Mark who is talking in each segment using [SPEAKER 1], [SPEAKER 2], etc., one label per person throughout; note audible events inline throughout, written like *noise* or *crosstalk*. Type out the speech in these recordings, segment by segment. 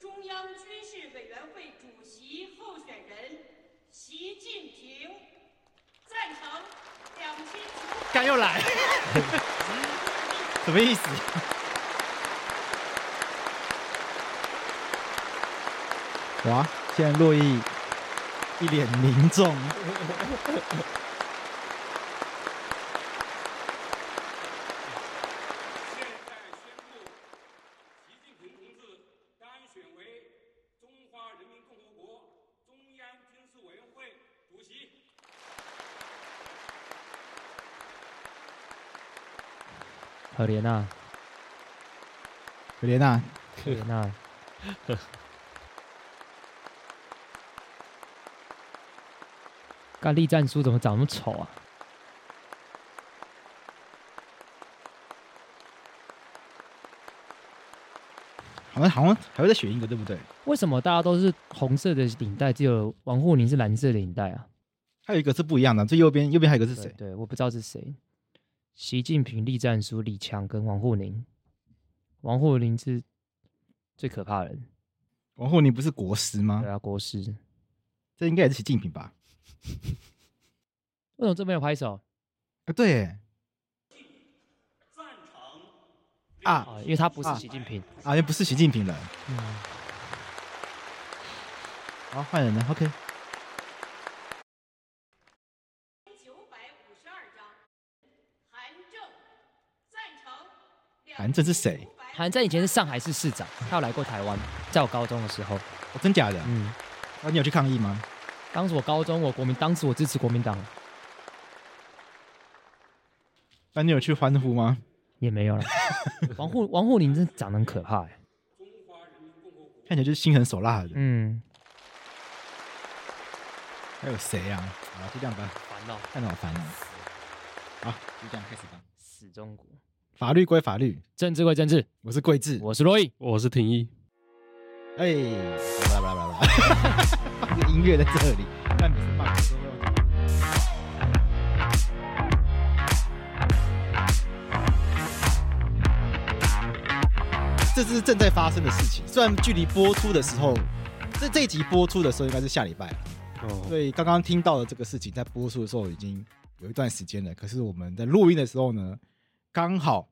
[SPEAKER 1] 中央军事委员会主席候选人习近平，赞成两千。
[SPEAKER 2] 干又来，什么意思？ *laughs* 哇！现在洛伊一脸凝重。
[SPEAKER 1] 现在宣布，习近平同志当选为中华人民共和国中央军事委员会主席。
[SPEAKER 3] 可怜啊，
[SPEAKER 2] 可怜啊，
[SPEAKER 3] 可怜啊， *laughs* 干力战书怎么长那么丑啊？
[SPEAKER 2] 好像好像还会再选一个，对不对？
[SPEAKER 3] 为什么大家都是红色的领带，只有王沪宁是蓝色的领带啊？
[SPEAKER 2] 还有一个是不一样的，最右边右边还有一个是
[SPEAKER 3] 对
[SPEAKER 2] 谁？
[SPEAKER 3] 对，我不知道是谁。习近平、栗战书、李强跟王沪宁，王沪宁是最可怕的人，
[SPEAKER 2] 王沪宁不是国师吗
[SPEAKER 3] 对？啊，国师。为
[SPEAKER 2] 这应该也是习近平吧？
[SPEAKER 3] 什么这没有拍手
[SPEAKER 2] 啊，对耶啊
[SPEAKER 3] 啊？因为他不是
[SPEAKER 2] 啊
[SPEAKER 3] 习近平。
[SPEAKER 2] 啊，又不是习近平了。
[SPEAKER 3] 嗯
[SPEAKER 2] 好，换人了。OK，
[SPEAKER 1] 九百五十二张，韩正，赞成。
[SPEAKER 2] 韩正是谁？
[SPEAKER 3] 韩正以前是上海市市长，他有来过台湾，在我高中的时候。
[SPEAKER 2] 哦真假的？
[SPEAKER 3] 嗯，
[SPEAKER 2] 啊，你有去抗议吗？
[SPEAKER 3] 当时我高中，我国民，当时我支持国民党，
[SPEAKER 2] 那你有去欢呼吗？
[SPEAKER 3] 也没有了。王沪王沪宁真的长得很可怕、欸，
[SPEAKER 2] 看起来就是心狠手辣的人。
[SPEAKER 3] 嗯，
[SPEAKER 2] 还有谁啊？好了，就这样吧，
[SPEAKER 3] 烦恼
[SPEAKER 2] 看得好烦啊。好，就这样开始吧。
[SPEAKER 3] 死中国，
[SPEAKER 2] 法律归法律，
[SPEAKER 3] 政治归政治，
[SPEAKER 2] 我是桂智。
[SPEAKER 3] 我是罗毅。
[SPEAKER 4] 我是廷一，
[SPEAKER 2] 哎，巴拉巴拉巴拉巴拉，放个音乐在这里，但每次放的时候会用。这是正在发生的事情，虽然距离播出的时候，这这一集播出的时候应该是下礼拜了，
[SPEAKER 4] 哦，
[SPEAKER 2] 所以刚刚听到的这个事情在播出的时候已经有一段时间了。可是我们在录音的时候呢，刚好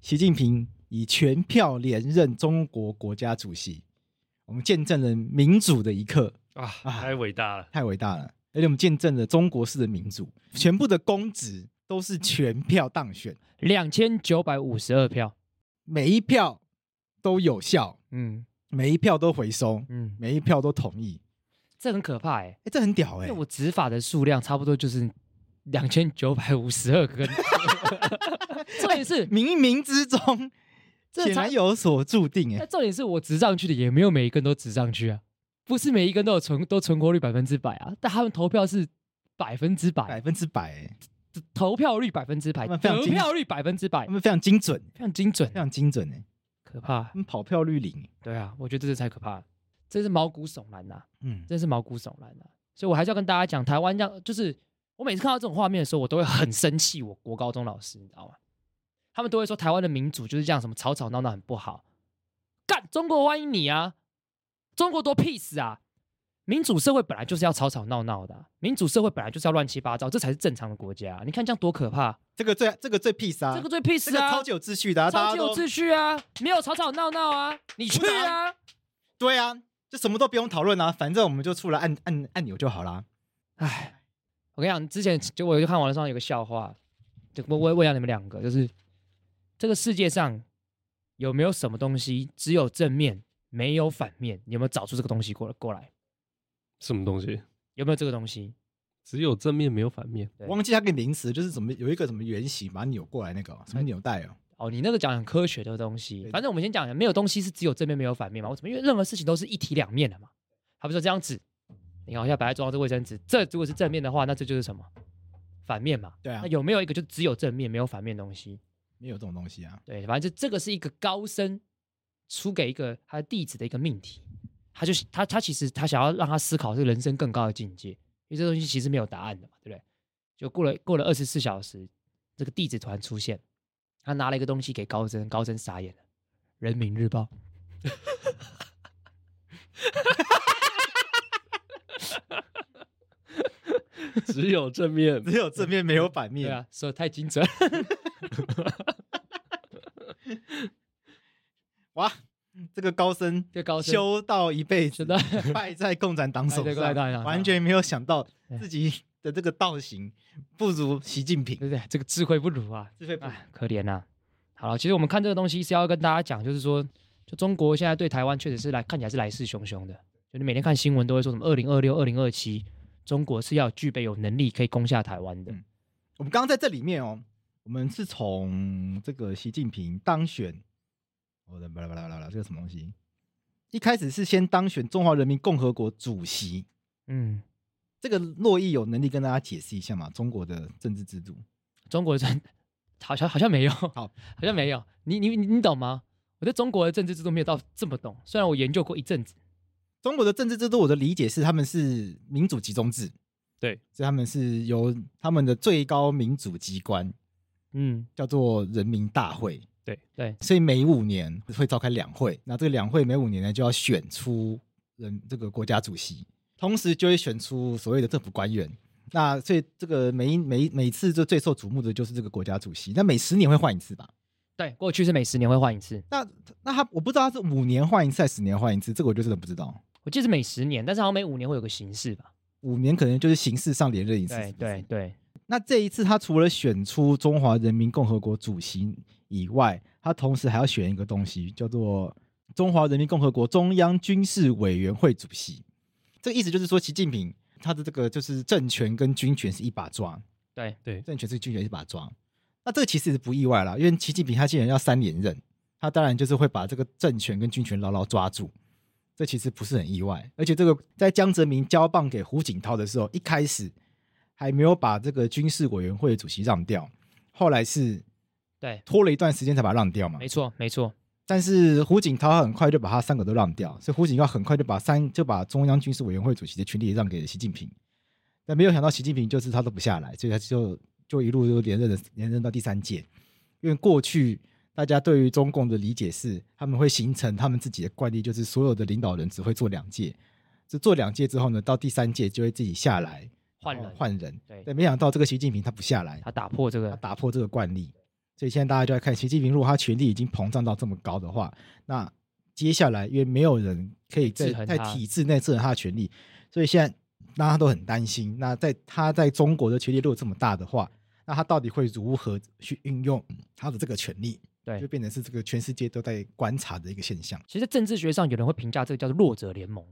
[SPEAKER 2] 习近平以全票连任中国国家主席，我们见证了民主的一刻，
[SPEAKER 4] 啊，太伟大了，
[SPEAKER 2] 太伟大了！而且我们见证了中国式的民主，全部的公职都是全票当选，
[SPEAKER 3] 两千九百五十二票。
[SPEAKER 2] 每一票都有效，
[SPEAKER 3] 嗯
[SPEAKER 2] 每一票都回收，
[SPEAKER 3] 嗯，
[SPEAKER 2] 每一票都同意。
[SPEAKER 3] 这很可怕哎、
[SPEAKER 2] 哎，这很屌哎、
[SPEAKER 3] 因为我执法的数量差不多就是两千九百五十二 *laughs* 根，重点是，
[SPEAKER 2] 冥冥之中
[SPEAKER 3] *laughs* 这
[SPEAKER 2] 显
[SPEAKER 3] 才
[SPEAKER 2] 然有所注定哎、
[SPEAKER 3] 那重点是我执上去的也没有每一根都执上去啊，不是每一根都有存都存活率百分之百啊，但他们投票是百分之百，
[SPEAKER 2] 百分之百、欸，
[SPEAKER 3] 投票率百分之百，
[SPEAKER 2] 他们非常
[SPEAKER 3] 得
[SPEAKER 2] 精
[SPEAKER 3] 票率百分之百
[SPEAKER 2] 他，们非常精准，
[SPEAKER 3] 非常精准
[SPEAKER 2] 非，常精准哎，
[SPEAKER 3] 可怕啊
[SPEAKER 2] 他。们跑票率零，
[SPEAKER 3] 对啊，我觉得这才可怕，这是毛骨悚然呐、
[SPEAKER 2] 嗯，
[SPEAKER 3] 真是毛骨悚然啊！所以我还是要跟大家讲，台湾这样就是我每次看到这种画面的时候，我都会很生气。我国高中老师，你知道吗？他们都会说台湾的民主就是这样，什么吵吵闹闹很不好。干中国欢迎你啊！中国多 peace 啊！民主社会本来就是要吵吵闹闹的啊、民主社会本来就是要乱七八糟，这才是正常的国家啊、你看这样多可怕！
[SPEAKER 2] 这个最这个最 peace 啊，
[SPEAKER 3] 这个最 peace
[SPEAKER 2] 这个
[SPEAKER 3] 啊，
[SPEAKER 2] 超级有秩序的啊，大
[SPEAKER 3] 超
[SPEAKER 2] 家
[SPEAKER 3] 级有
[SPEAKER 2] 都
[SPEAKER 3] 秩序啊，没有吵吵闹闹啊，你去啊！
[SPEAKER 2] 对啊，就什么都不用讨论啊，反正我们就出来按按按钮就好啦。
[SPEAKER 3] 唉，我跟你讲，之前就我就看网络上有个笑话，就问问问一下你们两个，就是这个世界上有没有什么东西只有正面没有反面？你有没有找出这个东西过来过来？
[SPEAKER 4] 什么东西？
[SPEAKER 3] 有没有这个东西？
[SPEAKER 4] 只有正面没有反面， *laughs*
[SPEAKER 3] 对
[SPEAKER 2] 我忘记它个名词，就是怎么有一个什么圆形把它扭过来那个
[SPEAKER 3] 哎
[SPEAKER 2] 哦什么纽带哦，
[SPEAKER 3] 哦，你那个讲很科学的东西，
[SPEAKER 2] 对
[SPEAKER 3] 反正我们先讲讲，没有东西是只有正面没有反面嘛？我怎么因为任何事情都是一体两面的嘛？好比说这张纸，你看我现在摆在桌上这卫生纸，这如果是正面的话，那这就是什么？反面嘛？
[SPEAKER 2] 对啊
[SPEAKER 3] 那有没有一个就只有正面没有反面的东西？
[SPEAKER 2] 没有这种东西啊。
[SPEAKER 3] 对，反正这这个是一个高僧出给一个他的弟子的一个命题，他就是他他其实他想要让他思考这个人生更高的境界，因为这东西其实没有答案的嘛，对不对？就过了过了二十四小时，这个弟子突然出现，他拿了一个东西给高僧，高僧傻眼了，《人民日报》
[SPEAKER 4] 只有正面。
[SPEAKER 2] 只有正面没有反
[SPEAKER 3] 对
[SPEAKER 2] 面，
[SPEAKER 3] 啊，说得太精 *laughs* 准，
[SPEAKER 2] 哇，这个高僧
[SPEAKER 3] 这高僧
[SPEAKER 2] 修道一辈
[SPEAKER 3] 真
[SPEAKER 2] 子， *laughs*
[SPEAKER 3] 的
[SPEAKER 2] 败在共产党手
[SPEAKER 3] 败在共产党手
[SPEAKER 2] 上，
[SPEAKER 3] 上哎
[SPEAKER 2] 完全没有想到
[SPEAKER 3] 对
[SPEAKER 2] 自己的这个道行不如习近平，
[SPEAKER 3] 对不对？这个智慧不如啊，
[SPEAKER 2] 智慧不如
[SPEAKER 3] 哎，可怜呐、好了，其实我们看这个东西是要跟大家讲，就是说，就中国现在对台湾确实是来看起来是来势汹汹的。就你每天看新闻都会说什么二零二六、二零二七，中国是要具备有能力可以攻下台湾的。
[SPEAKER 2] 嗯我们刚刚在这里面哦，我们是从这个习近平当选，我的巴拉巴拉巴拉巴拉，这个什么东西？一开始是先当选中华人民共和国主席，
[SPEAKER 3] 嗯，
[SPEAKER 2] 这个洛毅有能力跟大家解释一下嘛？中国的政治制度，
[SPEAKER 3] 中国人好像好像没有，
[SPEAKER 2] 好
[SPEAKER 3] *laughs* 好像没有。你你你你懂吗？我对中国的政治制度没有到这么懂，虽然我研究过一阵子。
[SPEAKER 2] 中国的政治制度，我的理解是他们是民主集中制，
[SPEAKER 4] 对，
[SPEAKER 2] 所以他们是由他们的最高民主机关
[SPEAKER 3] 嗯，
[SPEAKER 2] 叫做人民大会，
[SPEAKER 3] 对，
[SPEAKER 2] 所以每五年会召开两会，那这个两会每五年呢就要选出人这个国家主席，同时就会选出所谓的政府官员。那所以这个每一每一每次就最受瞩目的就是这个国家主席，那每十年会换一次吧？
[SPEAKER 3] 对，过去是每十年会换一次，
[SPEAKER 2] 那那他我不知道他是五年换一次还是十年换一次，这个我就真的不知道。
[SPEAKER 3] 我记得是每十年，但是好像每五年会有个形式吧？
[SPEAKER 2] 五年可能就是形式上连任一次
[SPEAKER 3] 对
[SPEAKER 2] 是不是
[SPEAKER 3] 对对，
[SPEAKER 2] 那这一次他除了选出中华人民共和国主席以外，他同时还要选一个东西，叫做中华人民共和国中央军事委员会主席。这个意思就是说，习近平他的这个就是政权跟军权是一把抓，
[SPEAKER 3] 对
[SPEAKER 4] 对
[SPEAKER 2] 政权是军权是一把抓。那这个其实也不意外啦，因为习近平他既然要三连任，他当然就是会把这个政权跟军权牢牢抓住。这其实不是很意外，而且这个在江泽民交棒给胡锦涛的时候，一开始还没有把这个军事委员会的主席让掉，后来是
[SPEAKER 3] 对，
[SPEAKER 2] 拖了一段时间才把他让掉嘛
[SPEAKER 3] 没。错没错。
[SPEAKER 2] 但是胡锦涛很快就把他三个都让掉，所以胡锦涛很快就把三就把中央军事委员会主席的权力让给了习近平。但没有想到习近平就是他都不下来，所以他就就一路就连任的连任到第三届。因为过去大家对于中共的理解是，他们会形成他们自己的惯例，就是所有的领导人只会做两届，就做两届之后呢，到第三届就会自己下来
[SPEAKER 3] 换
[SPEAKER 2] 然后
[SPEAKER 3] 人，
[SPEAKER 2] 哦换人。
[SPEAKER 3] 对
[SPEAKER 2] 但没想到这个习近平他不下来，
[SPEAKER 3] 他打破这
[SPEAKER 2] 他
[SPEAKER 3] 个，
[SPEAKER 2] 打破这个惯例。所以现在大家就在看习近平，如果他权力已经膨胀到这么高的话，那接下来因为没有人可以
[SPEAKER 3] 可以
[SPEAKER 2] 在
[SPEAKER 3] 制衡
[SPEAKER 2] 在
[SPEAKER 3] 他
[SPEAKER 2] 体制内制衡他的权力，所以现在大家都很担心。那在他在中国的权力如果这么大的话，那他到底会如何去运用他的这个权力？
[SPEAKER 3] 对
[SPEAKER 2] 就变成是这个全世界都在观察的一个现象。
[SPEAKER 3] 其实在政治学上有人会评价这个叫做弱者联盟。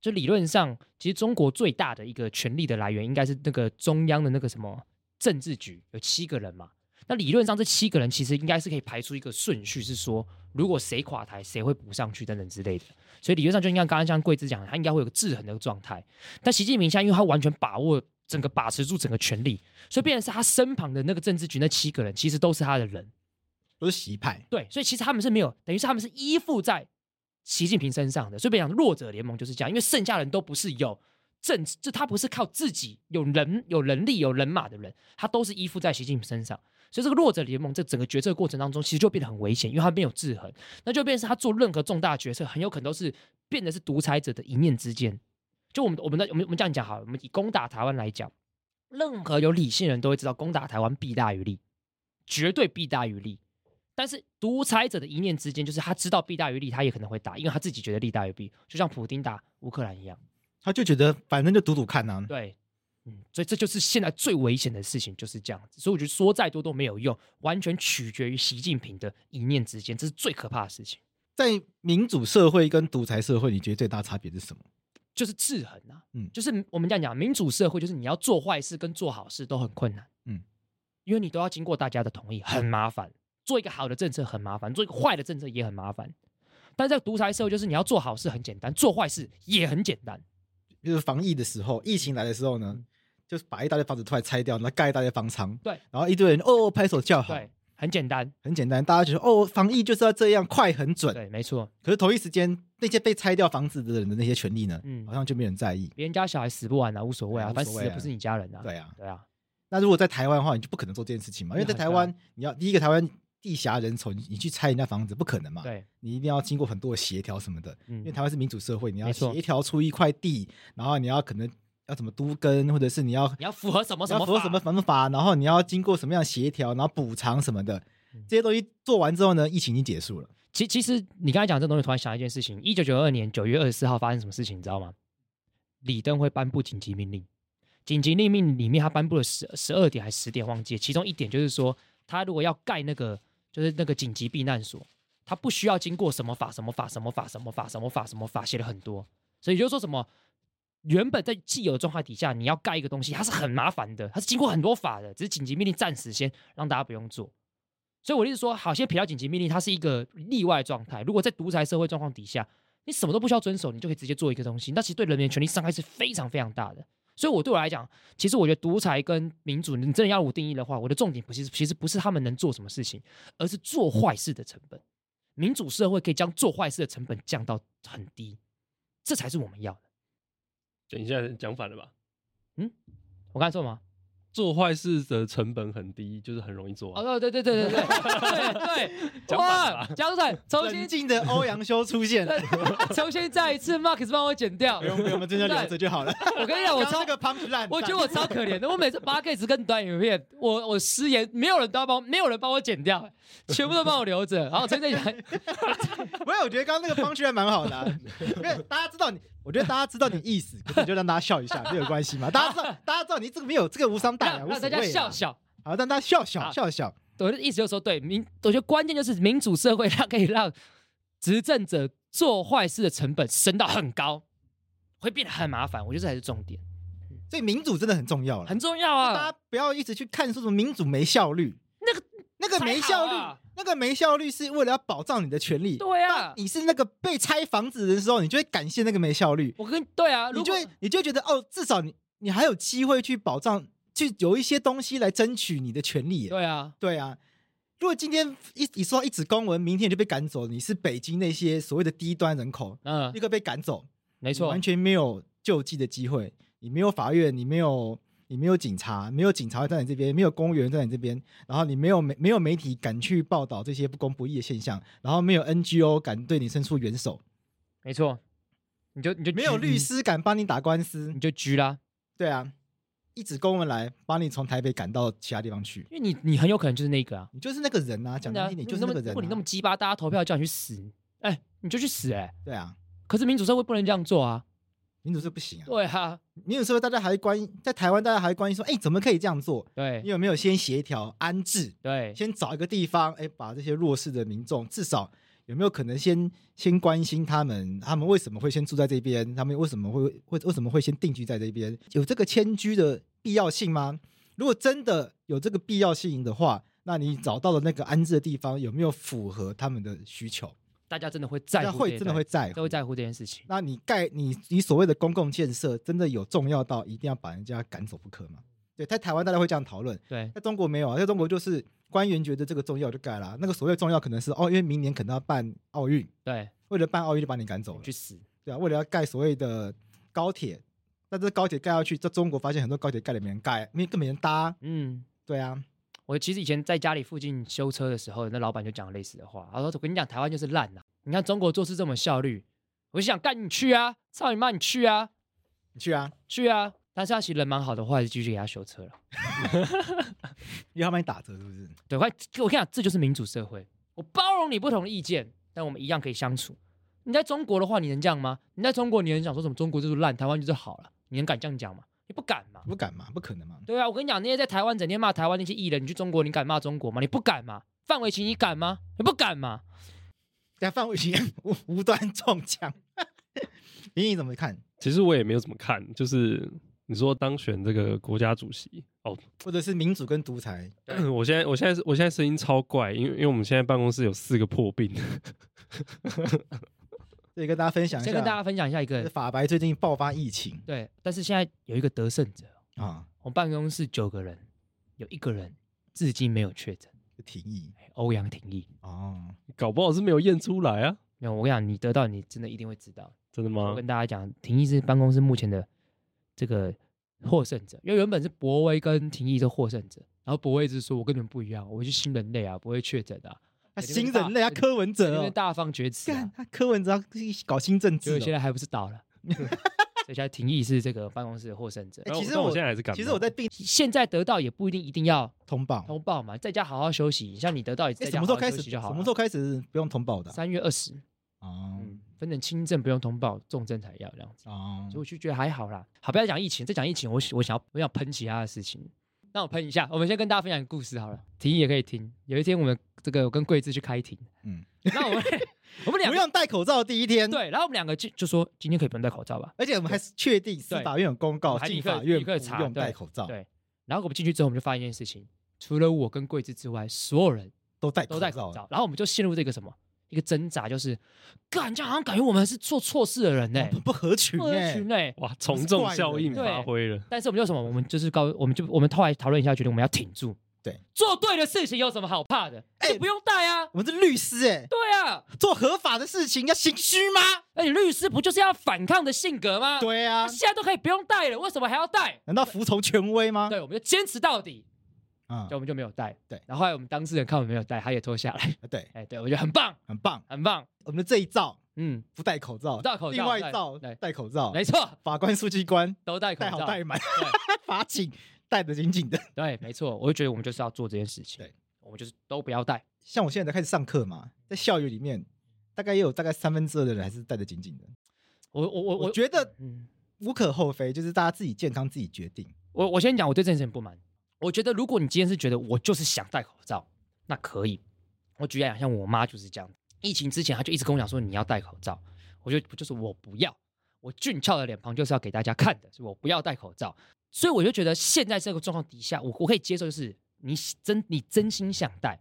[SPEAKER 3] 就理论上，其实中国最大的一个权力的来源应该是那个中央的那个什么政治局，有七个人嘛。那理论上这七个人其实应该是可以排出一个顺序，是说如果谁垮台，谁会补上去等等之类的。所以理论上就应该刚刚像贵子讲的，他应该会有个制衡的状态。但习近平现在因为他完全把握整个把持住整个权力，所以变成是他身旁的那个政治局那七个人，其实都是他的人。
[SPEAKER 2] 都是习派，
[SPEAKER 3] 对，所以其实他们是没有，等于是他们是依附在习近平身上的。所以被讲弱者联盟就是这样，因为剩下人都不是有政治，就他不是靠自己有人、有能力、有人马的人，他都是依附在习近平身上。所以这个弱者联盟在整个决策过程当中，其实就变得很危险，因为他没有制衡，那就变成是他做任何重大决策，很有可能都是变得是独裁者的一念之间。就我们我们的我们我们这样讲好了，我们以攻打台湾来讲，任何有理性人都会知道，攻打台湾弊大于利，绝对弊大于利。但是独裁者的一念之间，就是他知道弊大于利，他也可能会打，因为他自己觉得利大于弊，就像普丁打乌克兰一样。
[SPEAKER 2] 他就觉得反正就赌赌看啊，
[SPEAKER 3] 对，嗯，所以这就是现在最危险的事情，就是这样子。所以我觉得说再多都没有用，完全取决于习近平的一念之间，这是最可怕的事情，
[SPEAKER 2] 在民主社会跟独裁社会，你觉得最大差别是什么？
[SPEAKER 3] 就是制衡啊。嗯
[SPEAKER 2] 嗯，
[SPEAKER 3] 就是我们这样讲，民主社会就是你要做坏事跟做好事都很困难。嗯
[SPEAKER 2] 嗯，
[SPEAKER 3] 因为你都要经过大家的同意，很麻烦。做一个好的政策很麻烦，做一个坏的政策也很麻烦。但在独裁社会，就是你要做好事很简单，做坏事也很简单。
[SPEAKER 2] 就是防疫的时候，疫情来的时候呢，就是把一大堆房子突然拆掉，然后盖一大堆方舱，
[SPEAKER 3] 嗯对，
[SPEAKER 2] 然后一堆人哦拍手叫好，
[SPEAKER 3] 对，很简单。
[SPEAKER 2] 很简单，大家觉得哦防疫就是要这样快很准，
[SPEAKER 3] 对，没错。
[SPEAKER 2] 可是同一时间那些被拆掉房子的人的那些权利呢，
[SPEAKER 3] 嗯
[SPEAKER 2] 好像就没人在意。
[SPEAKER 3] 别人家小孩死不完啊，无所谓啊，
[SPEAKER 2] 对啊
[SPEAKER 3] 反正
[SPEAKER 2] 无
[SPEAKER 3] 死
[SPEAKER 2] 所谓
[SPEAKER 3] 的
[SPEAKER 2] 啊
[SPEAKER 3] 不是你家人啊。
[SPEAKER 2] 对啊，
[SPEAKER 3] 对啊，
[SPEAKER 2] 那如果在台湾的话，你就不可能做这件事情嘛，因为在
[SPEAKER 3] 那很
[SPEAKER 2] 台湾你要第一个台湾地狭人稠，你你去拆人家房子不可能嘛，
[SPEAKER 3] 对，
[SPEAKER 2] 你一定要经过很多的协调什么的，因为
[SPEAKER 3] 嗯，
[SPEAKER 2] 台湾是民主社会，你要
[SPEAKER 3] 没错
[SPEAKER 2] 协调出一块地，然后你要可能要怎么都跟，或者是你要
[SPEAKER 3] 你要符合哦什么什
[SPEAKER 2] 要
[SPEAKER 3] 么
[SPEAKER 2] 符合什么
[SPEAKER 3] 法
[SPEAKER 2] 什么法，然后你要经过什么样的协调，然后补偿什么的，这些东西做完之后呢，疫情已经结束了。
[SPEAKER 3] 其其实你刚才讲这东西，突然想一件事情：一九九二年九月二十四号发生什么事情，你知道吗？李登辉颁布紧急命令，紧急命令里面他颁布了十十二点还是十点忘记了，其中一点就是说，他如果要盖那个就是那个紧急避难所，他不需要经过什么法什么法什么法什么法什么法什么法，写了很多，所以就是说什么。原本在既有的状态底下，你要盖一个东西，它是很麻烦的，它是经过很多法的，只是紧急命令暂时先让大家不用做。所以我的意思说，好，先撇掉紧急命令，它是一个例外状态。如果在独裁社会状况底下，你什么都不需要遵守，你就可以直接做一个东西，那其实对人民的权利伤害是非常非常大的。所以，我对我来讲，其实我觉得独裁跟民主，你真的要我定义的话，我的重点不是，其实不是他们能做什么事情，而是做坏事的成本。民主社会可以将做坏事的成本降到很低，这才是我们要的。
[SPEAKER 4] 等一下讲反了吧？
[SPEAKER 3] 我刚才说什么？
[SPEAKER 4] 做坏事的成本很低，就是很容易做、啊。
[SPEAKER 3] 哦，对对对对对对对对，
[SPEAKER 4] 讲反了
[SPEAKER 3] 哇
[SPEAKER 4] 吧，
[SPEAKER 3] 江总，重新
[SPEAKER 2] 尊敬的欧阳修出
[SPEAKER 3] *laughs*
[SPEAKER 2] 现了，
[SPEAKER 3] 重新再一次，Max 帮我剪掉
[SPEAKER 2] 不。用不用，我们真的留着就好了。
[SPEAKER 3] 我跟你讲，我
[SPEAKER 2] 刚刚
[SPEAKER 3] 超
[SPEAKER 2] 那个 punch line，
[SPEAKER 3] 我觉得我超可怜的，我每
[SPEAKER 2] *laughs*
[SPEAKER 3] 次八 K 只跟短影片，我我失言，没有人都要帮，没有人帮我剪掉，全部都帮我留着。然后崔正
[SPEAKER 2] *laughs*
[SPEAKER 3] 元，
[SPEAKER 2] 没有，我觉得刚刚那个 punch line 蛮好的啊、因为大家知道你，我觉得大家知道你意思，可是你就让大家笑一下，没有关系嘛。大家知道，大家知道你这个没有这个无伤大雅，
[SPEAKER 3] 让
[SPEAKER 2] 无
[SPEAKER 3] 让
[SPEAKER 2] 所谓啊
[SPEAKER 3] 大
[SPEAKER 2] 啦
[SPEAKER 3] 家笑，笑。
[SPEAKER 2] 好，让大家笑笑
[SPEAKER 3] 好
[SPEAKER 2] 笑笑。
[SPEAKER 3] 我的意思就是说，对民，我觉得关键就是民主社会，它可以让执政者做坏事的成本升到很高，会变得很麻烦。我觉得这才是重点，
[SPEAKER 2] 所以民主真的很重要了，
[SPEAKER 3] 很重要
[SPEAKER 2] 大
[SPEAKER 3] 啊。
[SPEAKER 2] 家不要一直去看说什么民主没效率，
[SPEAKER 3] 那个
[SPEAKER 2] 那个没
[SPEAKER 3] 才好
[SPEAKER 2] 效率，
[SPEAKER 3] 啊
[SPEAKER 2] 那个没效率是为了要保障你的权利。
[SPEAKER 3] 对啊，
[SPEAKER 2] 你是那个被拆房子的人的时候，你就会感谢那个没效率，
[SPEAKER 3] 我跟对啊，
[SPEAKER 2] 你
[SPEAKER 3] 如
[SPEAKER 2] 就
[SPEAKER 3] 果
[SPEAKER 2] 会你就会觉得哦，至少你你还有机会去保障，去有一些东西来争取你的权利耶。
[SPEAKER 3] 对啊，
[SPEAKER 2] 对啊，如果今天一你说一纸公文，明天你就被赶走，你是北京那些所谓的低端人口，
[SPEAKER 3] 嗯
[SPEAKER 2] 立，刻被赶走，
[SPEAKER 3] 没
[SPEAKER 2] 你
[SPEAKER 3] 错
[SPEAKER 2] 完，全没有救济的机会，你没有法院，你没有你没有警察，没有警察会站在你这边，没有公务员站在你这边，然后你没有媒没有媒体敢去报道这些不公不义的现象，然后没有 NGO 敢对你伸出援手，
[SPEAKER 3] 没错，你就你就
[SPEAKER 2] 没有
[SPEAKER 3] 狙
[SPEAKER 2] 律，师敢帮你打官司
[SPEAKER 3] 你，就狙啦。
[SPEAKER 2] 对啊，一纸公文来把你从台北赶到其他地方去，
[SPEAKER 3] 因为你你很有可能就是那个啊，
[SPEAKER 2] 你就是那个人啊，讲
[SPEAKER 3] 真的
[SPEAKER 2] 难
[SPEAKER 3] 啊，
[SPEAKER 2] 听点，
[SPEAKER 3] 你
[SPEAKER 2] 就是
[SPEAKER 3] 么
[SPEAKER 2] 那个人、
[SPEAKER 3] 如
[SPEAKER 2] 啊，
[SPEAKER 3] 果你那么鸡巴，大家投票叫你去死，哎、你就去死哎、
[SPEAKER 2] 对啊，
[SPEAKER 3] 可是民主社会不能这样做啊，
[SPEAKER 2] 民主是不行啊，
[SPEAKER 3] 对啊，
[SPEAKER 2] 民主社会大家还关心在台湾大家还关心说，哎、怎么可以这样做？你
[SPEAKER 3] 对
[SPEAKER 2] 有没有先协调安置？
[SPEAKER 3] 对，
[SPEAKER 2] 先找一个地方，哎，把这些弱势的民众，至少有没有可能先先关心他们，他们为什么会先住在这边？他们为什么会会为什么会先定居在这边？有这个迁居的必要性吗？如果真的有这个必要性的话，那你找到的那个安置的地方有没有符合他们的需求？
[SPEAKER 3] 大家真的会
[SPEAKER 2] 大
[SPEAKER 3] 在
[SPEAKER 2] 家
[SPEAKER 3] 乎
[SPEAKER 2] 会
[SPEAKER 3] 这一
[SPEAKER 2] 真的
[SPEAKER 3] 段
[SPEAKER 2] 会在
[SPEAKER 3] 都
[SPEAKER 2] 乎
[SPEAKER 3] 会。在乎这件事情。
[SPEAKER 2] 那你盖你你所谓的公共建设，真的有重要到一定要把人家赶走不可吗？对，在台湾大家会这样讨论，
[SPEAKER 3] 对
[SPEAKER 2] 在中国没有啊，在中国就是官员觉得这个重要就盖啦、那个所谓重要可能是哦，因为明年可能要办奥运，
[SPEAKER 3] 对，
[SPEAKER 2] 为了办奥运就把你赶走
[SPEAKER 3] 你
[SPEAKER 2] 了，
[SPEAKER 3] 去死！
[SPEAKER 2] 对啊，为了要盖所谓的高铁，那这高铁盖下去，在中国发现很多高铁盖了没人盖，没更没人搭，
[SPEAKER 3] 嗯，
[SPEAKER 2] 对啊，
[SPEAKER 3] 我其实以前在家里附近修车的时候，那老板就讲类似的话，他说：“我跟你讲，台湾就是烂呐、你看中国做事这么效率，我就想干你去啊，操你妈你去啊，
[SPEAKER 2] 你去啊，
[SPEAKER 3] 去啊！”但是他其实人蛮好的，后来就继续给他修车了。
[SPEAKER 2] 因为他帮你打折是不是？
[SPEAKER 3] 对，快，我跟你讲，这就是民主社会，我包容你不同的意见，但我们一样可以相处。你在中国的话，你能这样吗？你在中国，你能想说什么？中国就是烂，台湾就是好了，你能敢这样讲吗？你不敢嘛？
[SPEAKER 2] 不敢嘛，不可能嘛，
[SPEAKER 3] 对啊，我跟你讲，那些在台湾整天骂台湾那些艺人，你去中国，你敢骂中国吗？你不敢嘛？范玮琪，你敢吗？你不敢嘛？
[SPEAKER 2] 等下范玮琪 *laughs* 无无端中枪， *laughs* 莹莹怎么看？
[SPEAKER 4] 其实我也没有怎么看，就是你说当选这个国家主席哦， *clears throat*
[SPEAKER 2] 或者是民主跟独裁，
[SPEAKER 4] 我现在我现在我现在声音超怪，因为因为我们现在办公室有四个破病， *laughs*
[SPEAKER 2] 所以跟大家分享一下，
[SPEAKER 3] 先跟大家分享一下一
[SPEAKER 2] 就是
[SPEAKER 3] 个
[SPEAKER 2] 法白最近爆发疫情
[SPEAKER 3] 对，但是现在有一个得胜者，
[SPEAKER 2] 啊，
[SPEAKER 3] 我们办公室九个人，有一个人至今没有确诊，哎
[SPEAKER 2] 就停疫
[SPEAKER 3] 欧阳廷义。
[SPEAKER 2] 哦，
[SPEAKER 4] 搞不好是没有验出来啊，
[SPEAKER 3] 没有，我跟你讲，你得到你真的一定会知道。
[SPEAKER 4] 真的
[SPEAKER 3] 我
[SPEAKER 4] 吗？
[SPEAKER 3] 跟大家讲，廷义是办公室目前的这个获胜者，因为原本是博威跟廷义是获胜者，然后博威一直说我跟你们不一样，我是新人类啊，不会确诊的、啊，
[SPEAKER 2] 他
[SPEAKER 3] 对
[SPEAKER 2] 新人类
[SPEAKER 3] 那边大
[SPEAKER 2] 啊，
[SPEAKER 3] 哎
[SPEAKER 2] 柯文
[SPEAKER 3] 因
[SPEAKER 2] 哲
[SPEAKER 3] 为
[SPEAKER 2] 哦，
[SPEAKER 3] 大放厥词、
[SPEAKER 2] 干
[SPEAKER 3] 啊，
[SPEAKER 2] 他柯文哲要搞新政治
[SPEAKER 3] 结果现
[SPEAKER 2] 哦。
[SPEAKER 3] 在还不是
[SPEAKER 2] *laughs*
[SPEAKER 3] 倒了。所以现在廷义是这个办公室的获胜者
[SPEAKER 2] 哎，
[SPEAKER 4] 但
[SPEAKER 2] 其实
[SPEAKER 4] 但
[SPEAKER 2] 我
[SPEAKER 4] 我现在还是感冒，
[SPEAKER 2] 其实我在病
[SPEAKER 3] 现在得到也不一定一定要
[SPEAKER 2] 通报，
[SPEAKER 3] 通报嘛，在家好好休息。像你得到也
[SPEAKER 2] 哎，
[SPEAKER 3] 在
[SPEAKER 2] 什
[SPEAKER 3] 家
[SPEAKER 2] 么
[SPEAKER 3] 好
[SPEAKER 2] 时候
[SPEAKER 3] 好
[SPEAKER 2] 开
[SPEAKER 3] 休
[SPEAKER 2] 始？
[SPEAKER 3] 息就好
[SPEAKER 2] 什
[SPEAKER 3] 了。
[SPEAKER 2] 么时候开始不用通报的啊？
[SPEAKER 3] 三月二十，
[SPEAKER 2] 哦
[SPEAKER 3] 嗯，分成轻症不用通报，重症才要这样子。
[SPEAKER 2] 哦
[SPEAKER 3] 所以，我就觉得还好啦。好，不要讲疫情，再讲疫情，我我想要我想喷其他的事情。那我喷一下，我们先跟大家分享一个故事好了，提议也可以听。有一天我们这个我跟桂枝去开庭，
[SPEAKER 2] 嗯
[SPEAKER 3] 嗯，那我
[SPEAKER 2] *laughs*
[SPEAKER 3] 们我们两
[SPEAKER 2] 不
[SPEAKER 3] 个
[SPEAKER 2] 用戴口罩第一天，，
[SPEAKER 3] 对，然后我们两个就就说今天可以不用戴口罩吧。
[SPEAKER 2] 而且我们还是确定司法院有公告，
[SPEAKER 3] 对还立
[SPEAKER 2] 进
[SPEAKER 3] 刻
[SPEAKER 2] 法院
[SPEAKER 3] 立
[SPEAKER 2] 不
[SPEAKER 3] 刻查
[SPEAKER 2] 用戴
[SPEAKER 3] 对
[SPEAKER 2] 口罩，
[SPEAKER 3] 对然后我们进去之后，我们就发现一件事情，除了我跟桂枝之外，所有人
[SPEAKER 2] 都戴
[SPEAKER 3] 都戴口罩，然后我们就陷入这个什么一个挣扎，就是干，这样好像感觉我们是做错事的人呢、
[SPEAKER 2] 不合群
[SPEAKER 3] 不合
[SPEAKER 2] 哎
[SPEAKER 3] 群，呢、欸
[SPEAKER 4] 哇，从众效应
[SPEAKER 3] 对
[SPEAKER 4] 发挥了，
[SPEAKER 3] 但是我们就什么，我们就是告，我们就我们后来讨论一下，决定我们要挺住，
[SPEAKER 2] 对，
[SPEAKER 3] 做对的事情有什么好怕的？
[SPEAKER 2] 哎
[SPEAKER 3] 就不用带啊，
[SPEAKER 2] 我们是律师哎，
[SPEAKER 3] 对啊，
[SPEAKER 2] 做合法的事情要心虚吗？
[SPEAKER 3] 而且律师不就是要反抗的性格吗？、
[SPEAKER 2] 对啊，
[SPEAKER 3] 现在都可以不用带了，为什么还要带？
[SPEAKER 2] 难道服从权威吗？
[SPEAKER 3] 对，我们就坚持到底，
[SPEAKER 2] 啊
[SPEAKER 3] 对，，我们就没有带。
[SPEAKER 2] 对
[SPEAKER 3] 然后后来我们当事人看我们没有带，他也脱下来，
[SPEAKER 2] 对，
[SPEAKER 3] 哎，对我觉得很棒，
[SPEAKER 2] 很棒。
[SPEAKER 3] 很棒，
[SPEAKER 2] 我们这一照
[SPEAKER 3] 嗯，
[SPEAKER 2] 不戴口罩，
[SPEAKER 3] 不戴口罩
[SPEAKER 2] 另外一照
[SPEAKER 3] 对对
[SPEAKER 2] 戴口罩，
[SPEAKER 3] 没错，
[SPEAKER 2] 法官、书记官
[SPEAKER 3] 都戴口
[SPEAKER 2] 哦戴
[SPEAKER 3] 罩，
[SPEAKER 2] 好戴满， *laughs*
[SPEAKER 3] 对
[SPEAKER 2] 法警戴得紧紧的。
[SPEAKER 3] 对，没错，我就觉得我们就是要做这件事情，
[SPEAKER 2] 对，
[SPEAKER 3] 我们就是都不要带，
[SPEAKER 2] 像我现在在开始上课嘛，在校园里面，大概也有大概三分之二的人还是戴得紧紧的。
[SPEAKER 3] 我我我
[SPEAKER 2] 我觉得
[SPEAKER 3] 嗯，
[SPEAKER 2] 无可厚非，就是大家自己健康自己决定。
[SPEAKER 3] 我我先讲我对这件事情不满，我觉得如果你今天是觉得我就是想戴口罩，那可以。我举例来讲，像我妈就是这样，疫情之前她就一直跟我讲说你要戴口罩，我就就是我不要，我俊俏的脸庞就是要给大家看的，所以我不要戴口罩。所以我就觉得现在这个状况底下，我我可以接受，就是你真你真心想戴，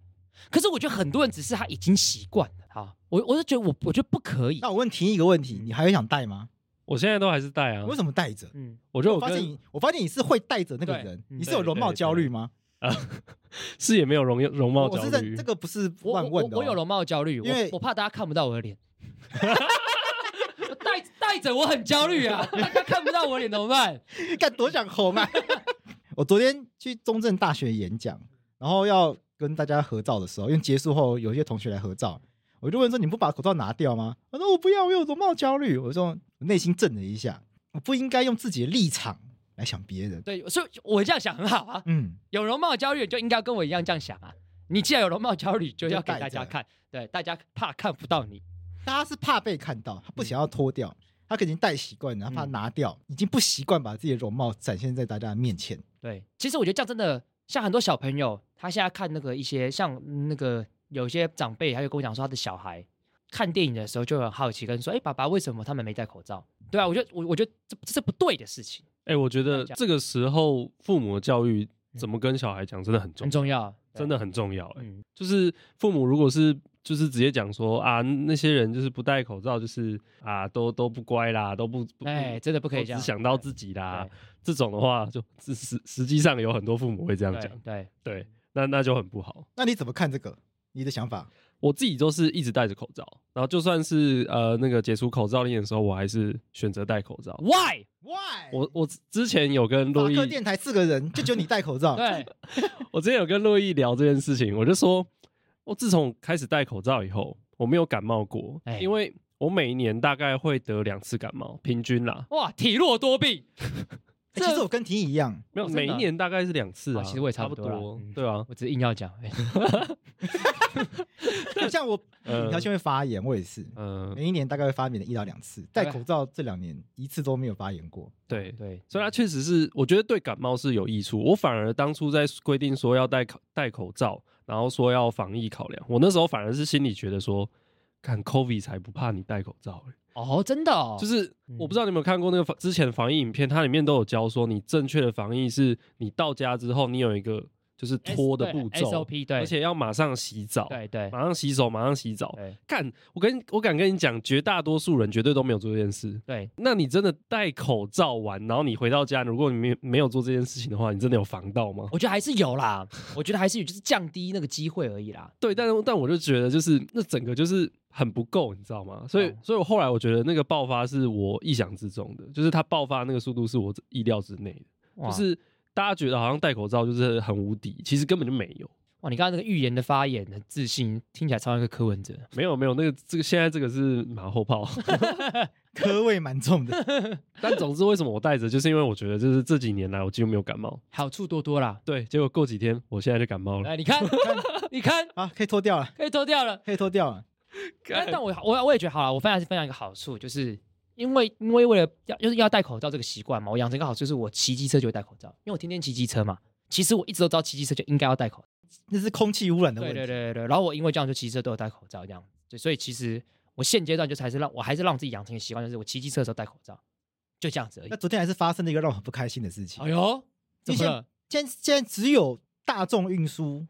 [SPEAKER 3] 可是我觉得很多人只是他已经习惯了，好，我我就觉得我我觉得不可以
[SPEAKER 2] 那，我问婷一个问题，你还会想戴吗？
[SPEAKER 4] 我现在都还是戴啊，
[SPEAKER 2] 为什么戴着？
[SPEAKER 3] 嗯，
[SPEAKER 4] 我觉得
[SPEAKER 2] 我
[SPEAKER 4] 我
[SPEAKER 2] 发
[SPEAKER 4] 跟
[SPEAKER 2] 现你，我发现你是会戴着那个
[SPEAKER 3] 对
[SPEAKER 2] 人，
[SPEAKER 3] 嗯
[SPEAKER 2] 你是有
[SPEAKER 4] 对
[SPEAKER 2] 容貌
[SPEAKER 4] 对
[SPEAKER 2] 焦虑吗？
[SPEAKER 4] 啊，是也没有容容貌
[SPEAKER 2] 我
[SPEAKER 4] 焦
[SPEAKER 2] 是认
[SPEAKER 4] 虑，
[SPEAKER 2] 这个不是
[SPEAKER 3] 我
[SPEAKER 2] 乱
[SPEAKER 3] 我
[SPEAKER 2] 问
[SPEAKER 3] 我
[SPEAKER 2] 的、哦
[SPEAKER 3] 我有容。貌焦虑，
[SPEAKER 2] 因为
[SPEAKER 3] 我我怕大家看不到我的脸。 *laughs* 我带带着我很焦虑啊，大家看不到我的脸怎么办？
[SPEAKER 2] *laughs* 干多想红啊！我昨天去中正大学演讲，然后要跟大家合照的时候，因为结束后有一些同学来合照，我就问说：“你不把口罩拿掉吗？”他说：“我哦不要，我有容貌焦虑。”我说：“我内心震了一下，我不应该用自己的立场来想别人。
[SPEAKER 3] 对，所以我这样想很好啊”。
[SPEAKER 2] 嗯，
[SPEAKER 3] 有容貌焦虑就应该跟我一样这样想啊。你既然有容貌焦虑，就要给大家
[SPEAKER 2] 就带着
[SPEAKER 3] 看，对，大家怕看不到你。
[SPEAKER 2] 大家是怕被看到，他不想要脱掉，他肯定戴习惯了，他怕拿掉，已经不习惯把自己的容貌展现在大家的面前。
[SPEAKER 3] 对，其实我觉得这样真的，像很多小朋友，他现在看那个一些像那个有些长辈，他就跟我讲说他的小孩看电影的时候就很好奇，跟说：“哎，爸爸，为什么他们没戴口罩？”对啊，我觉得我我觉得这这是不对的事情，
[SPEAKER 4] 哎、我觉得这个时候父母的教育怎么跟小孩讲真的很
[SPEAKER 3] 嗯
[SPEAKER 4] 重
[SPEAKER 3] 很重要，对
[SPEAKER 4] 真的很重要、哎、
[SPEAKER 3] 嗯
[SPEAKER 4] 就是父母如果是就是直接讲说啊，那些人就是不戴口罩，就是啊，都都不乖啦，都不不
[SPEAKER 3] 哎，真的不
[SPEAKER 4] 不
[SPEAKER 3] 可以这
[SPEAKER 4] 只
[SPEAKER 3] 样，
[SPEAKER 4] 想到自己啦。这种的话，就实实实际上有很多父母会这
[SPEAKER 3] 对
[SPEAKER 4] 样
[SPEAKER 3] 对
[SPEAKER 4] 讲，
[SPEAKER 3] 对，
[SPEAKER 4] 对，那那就很不好。
[SPEAKER 2] 那你怎么看这个？你的想法？
[SPEAKER 4] 我自己都是一直戴着口罩，然后就算是呃那个解除口罩令的时候，我还是选择戴口罩。
[SPEAKER 3] Why？
[SPEAKER 2] Why？
[SPEAKER 4] 我我之前有跟
[SPEAKER 2] 法
[SPEAKER 4] 洛伊
[SPEAKER 2] 克电台四个人，就只有你戴口罩。
[SPEAKER 3] 对，
[SPEAKER 4] 我之前有跟洛伊聊这件事情，我就说，我自从开始戴口罩以后，我没有感冒过，
[SPEAKER 3] 哎
[SPEAKER 4] 因为我每一年大概会得两次感冒，平均啦，
[SPEAKER 3] 哇，体弱多病，
[SPEAKER 2] 欸其实我跟婷怡一样，
[SPEAKER 4] 没有、
[SPEAKER 3] 哦真的
[SPEAKER 4] 每一年大概是两次啊、
[SPEAKER 3] 哦其实我也差
[SPEAKER 4] 差
[SPEAKER 3] 不多
[SPEAKER 4] 多，
[SPEAKER 3] 啦嗯 *laughs*
[SPEAKER 4] 对啊，
[SPEAKER 3] 我只是硬要讲，哎
[SPEAKER 2] 像我
[SPEAKER 4] 呃
[SPEAKER 2] 扁桃腺会发炎，我也是，
[SPEAKER 4] 嗯、
[SPEAKER 2] 每一年大概会发炎一到两次。戴口罩这两年一次都没有发炎过。
[SPEAKER 4] 对。
[SPEAKER 3] 对，
[SPEAKER 4] *laughs* 所以它确实是，我觉得对感冒是有益处。我反而当初在规定说要戴口戴口罩，然后说要防疫考量，我那时候反而是心里觉得说，看 COVID 才不怕你戴口罩、欸
[SPEAKER 3] 哦，真的哦，
[SPEAKER 4] 就是
[SPEAKER 3] 嗯
[SPEAKER 4] 我不知道你有没有看过那个防之前防疫影片，它里面都有教说，你正确的防疫是你到家之后，你有一个就是脱的
[SPEAKER 3] 对
[SPEAKER 4] 步骤，
[SPEAKER 3] SOP，对，
[SPEAKER 4] 而且要马上洗澡，
[SPEAKER 3] 对对
[SPEAKER 4] 马上洗手，马上洗澡。
[SPEAKER 3] 对
[SPEAKER 4] 干，我跟我敢跟你讲，绝大多数人绝对都没有做这件事。
[SPEAKER 3] 对，
[SPEAKER 4] 那你真的戴口罩完，然后你回到家，如果你没没有做这件事情的话，你真的有防到吗？
[SPEAKER 3] 我觉得还是有啦，我觉得还是有，就是降低那个机会而已啦。
[SPEAKER 4] 对，但但我就觉得就是那整个就是很不够，你知道吗？所以
[SPEAKER 3] 懂，
[SPEAKER 4] 所以我后来我觉得那个爆发是我意想之中的，就是它爆发那个速度是我意料之内的，
[SPEAKER 3] 哇
[SPEAKER 4] 就是大家觉得好像戴口罩就是很无敌，其实根本就没有，
[SPEAKER 3] 哇，你刚刚那个预言的发言很自信，听起来超像一个柯文哲。
[SPEAKER 4] 没有没有那个这个现在这个是马后炮， *laughs*
[SPEAKER 2] 科位蛮重的， *laughs*
[SPEAKER 4] 但总之为什么我戴着，就是因为我觉得就是这几年来我几乎没有感冒，
[SPEAKER 3] 好处多多啦。
[SPEAKER 4] 对，结果过几天我现在就感冒了，
[SPEAKER 3] 来，你看，你看，
[SPEAKER 2] 好，啊可以脱掉了，
[SPEAKER 3] 可以脱掉了。
[SPEAKER 2] 可以脱掉了。
[SPEAKER 3] 但但我我我也觉得好了，我分享是分享一个好处，就是因为因为为了要就是要戴口罩这个习惯嘛，我养成一个好处就是我骑机车就会戴口罩，因为我天天骑机车嘛。其实我一直都知道骑机车就应该要戴口罩。
[SPEAKER 2] 那是空气污染的问
[SPEAKER 3] 对对
[SPEAKER 2] 题。
[SPEAKER 3] 对对对。然后我因为这样就骑车都有戴口罩这样子，所以其实我现阶段就是还是让我还是让自己养成一个习惯，就是我骑机车的时候戴口罩，就这样子而已
[SPEAKER 2] 那。昨天还是发生了一个让我很不开心的事情
[SPEAKER 3] 哎。呦，怎
[SPEAKER 2] 你
[SPEAKER 3] 么
[SPEAKER 2] 想
[SPEAKER 3] 了？
[SPEAKER 2] 现在现在只有大众运输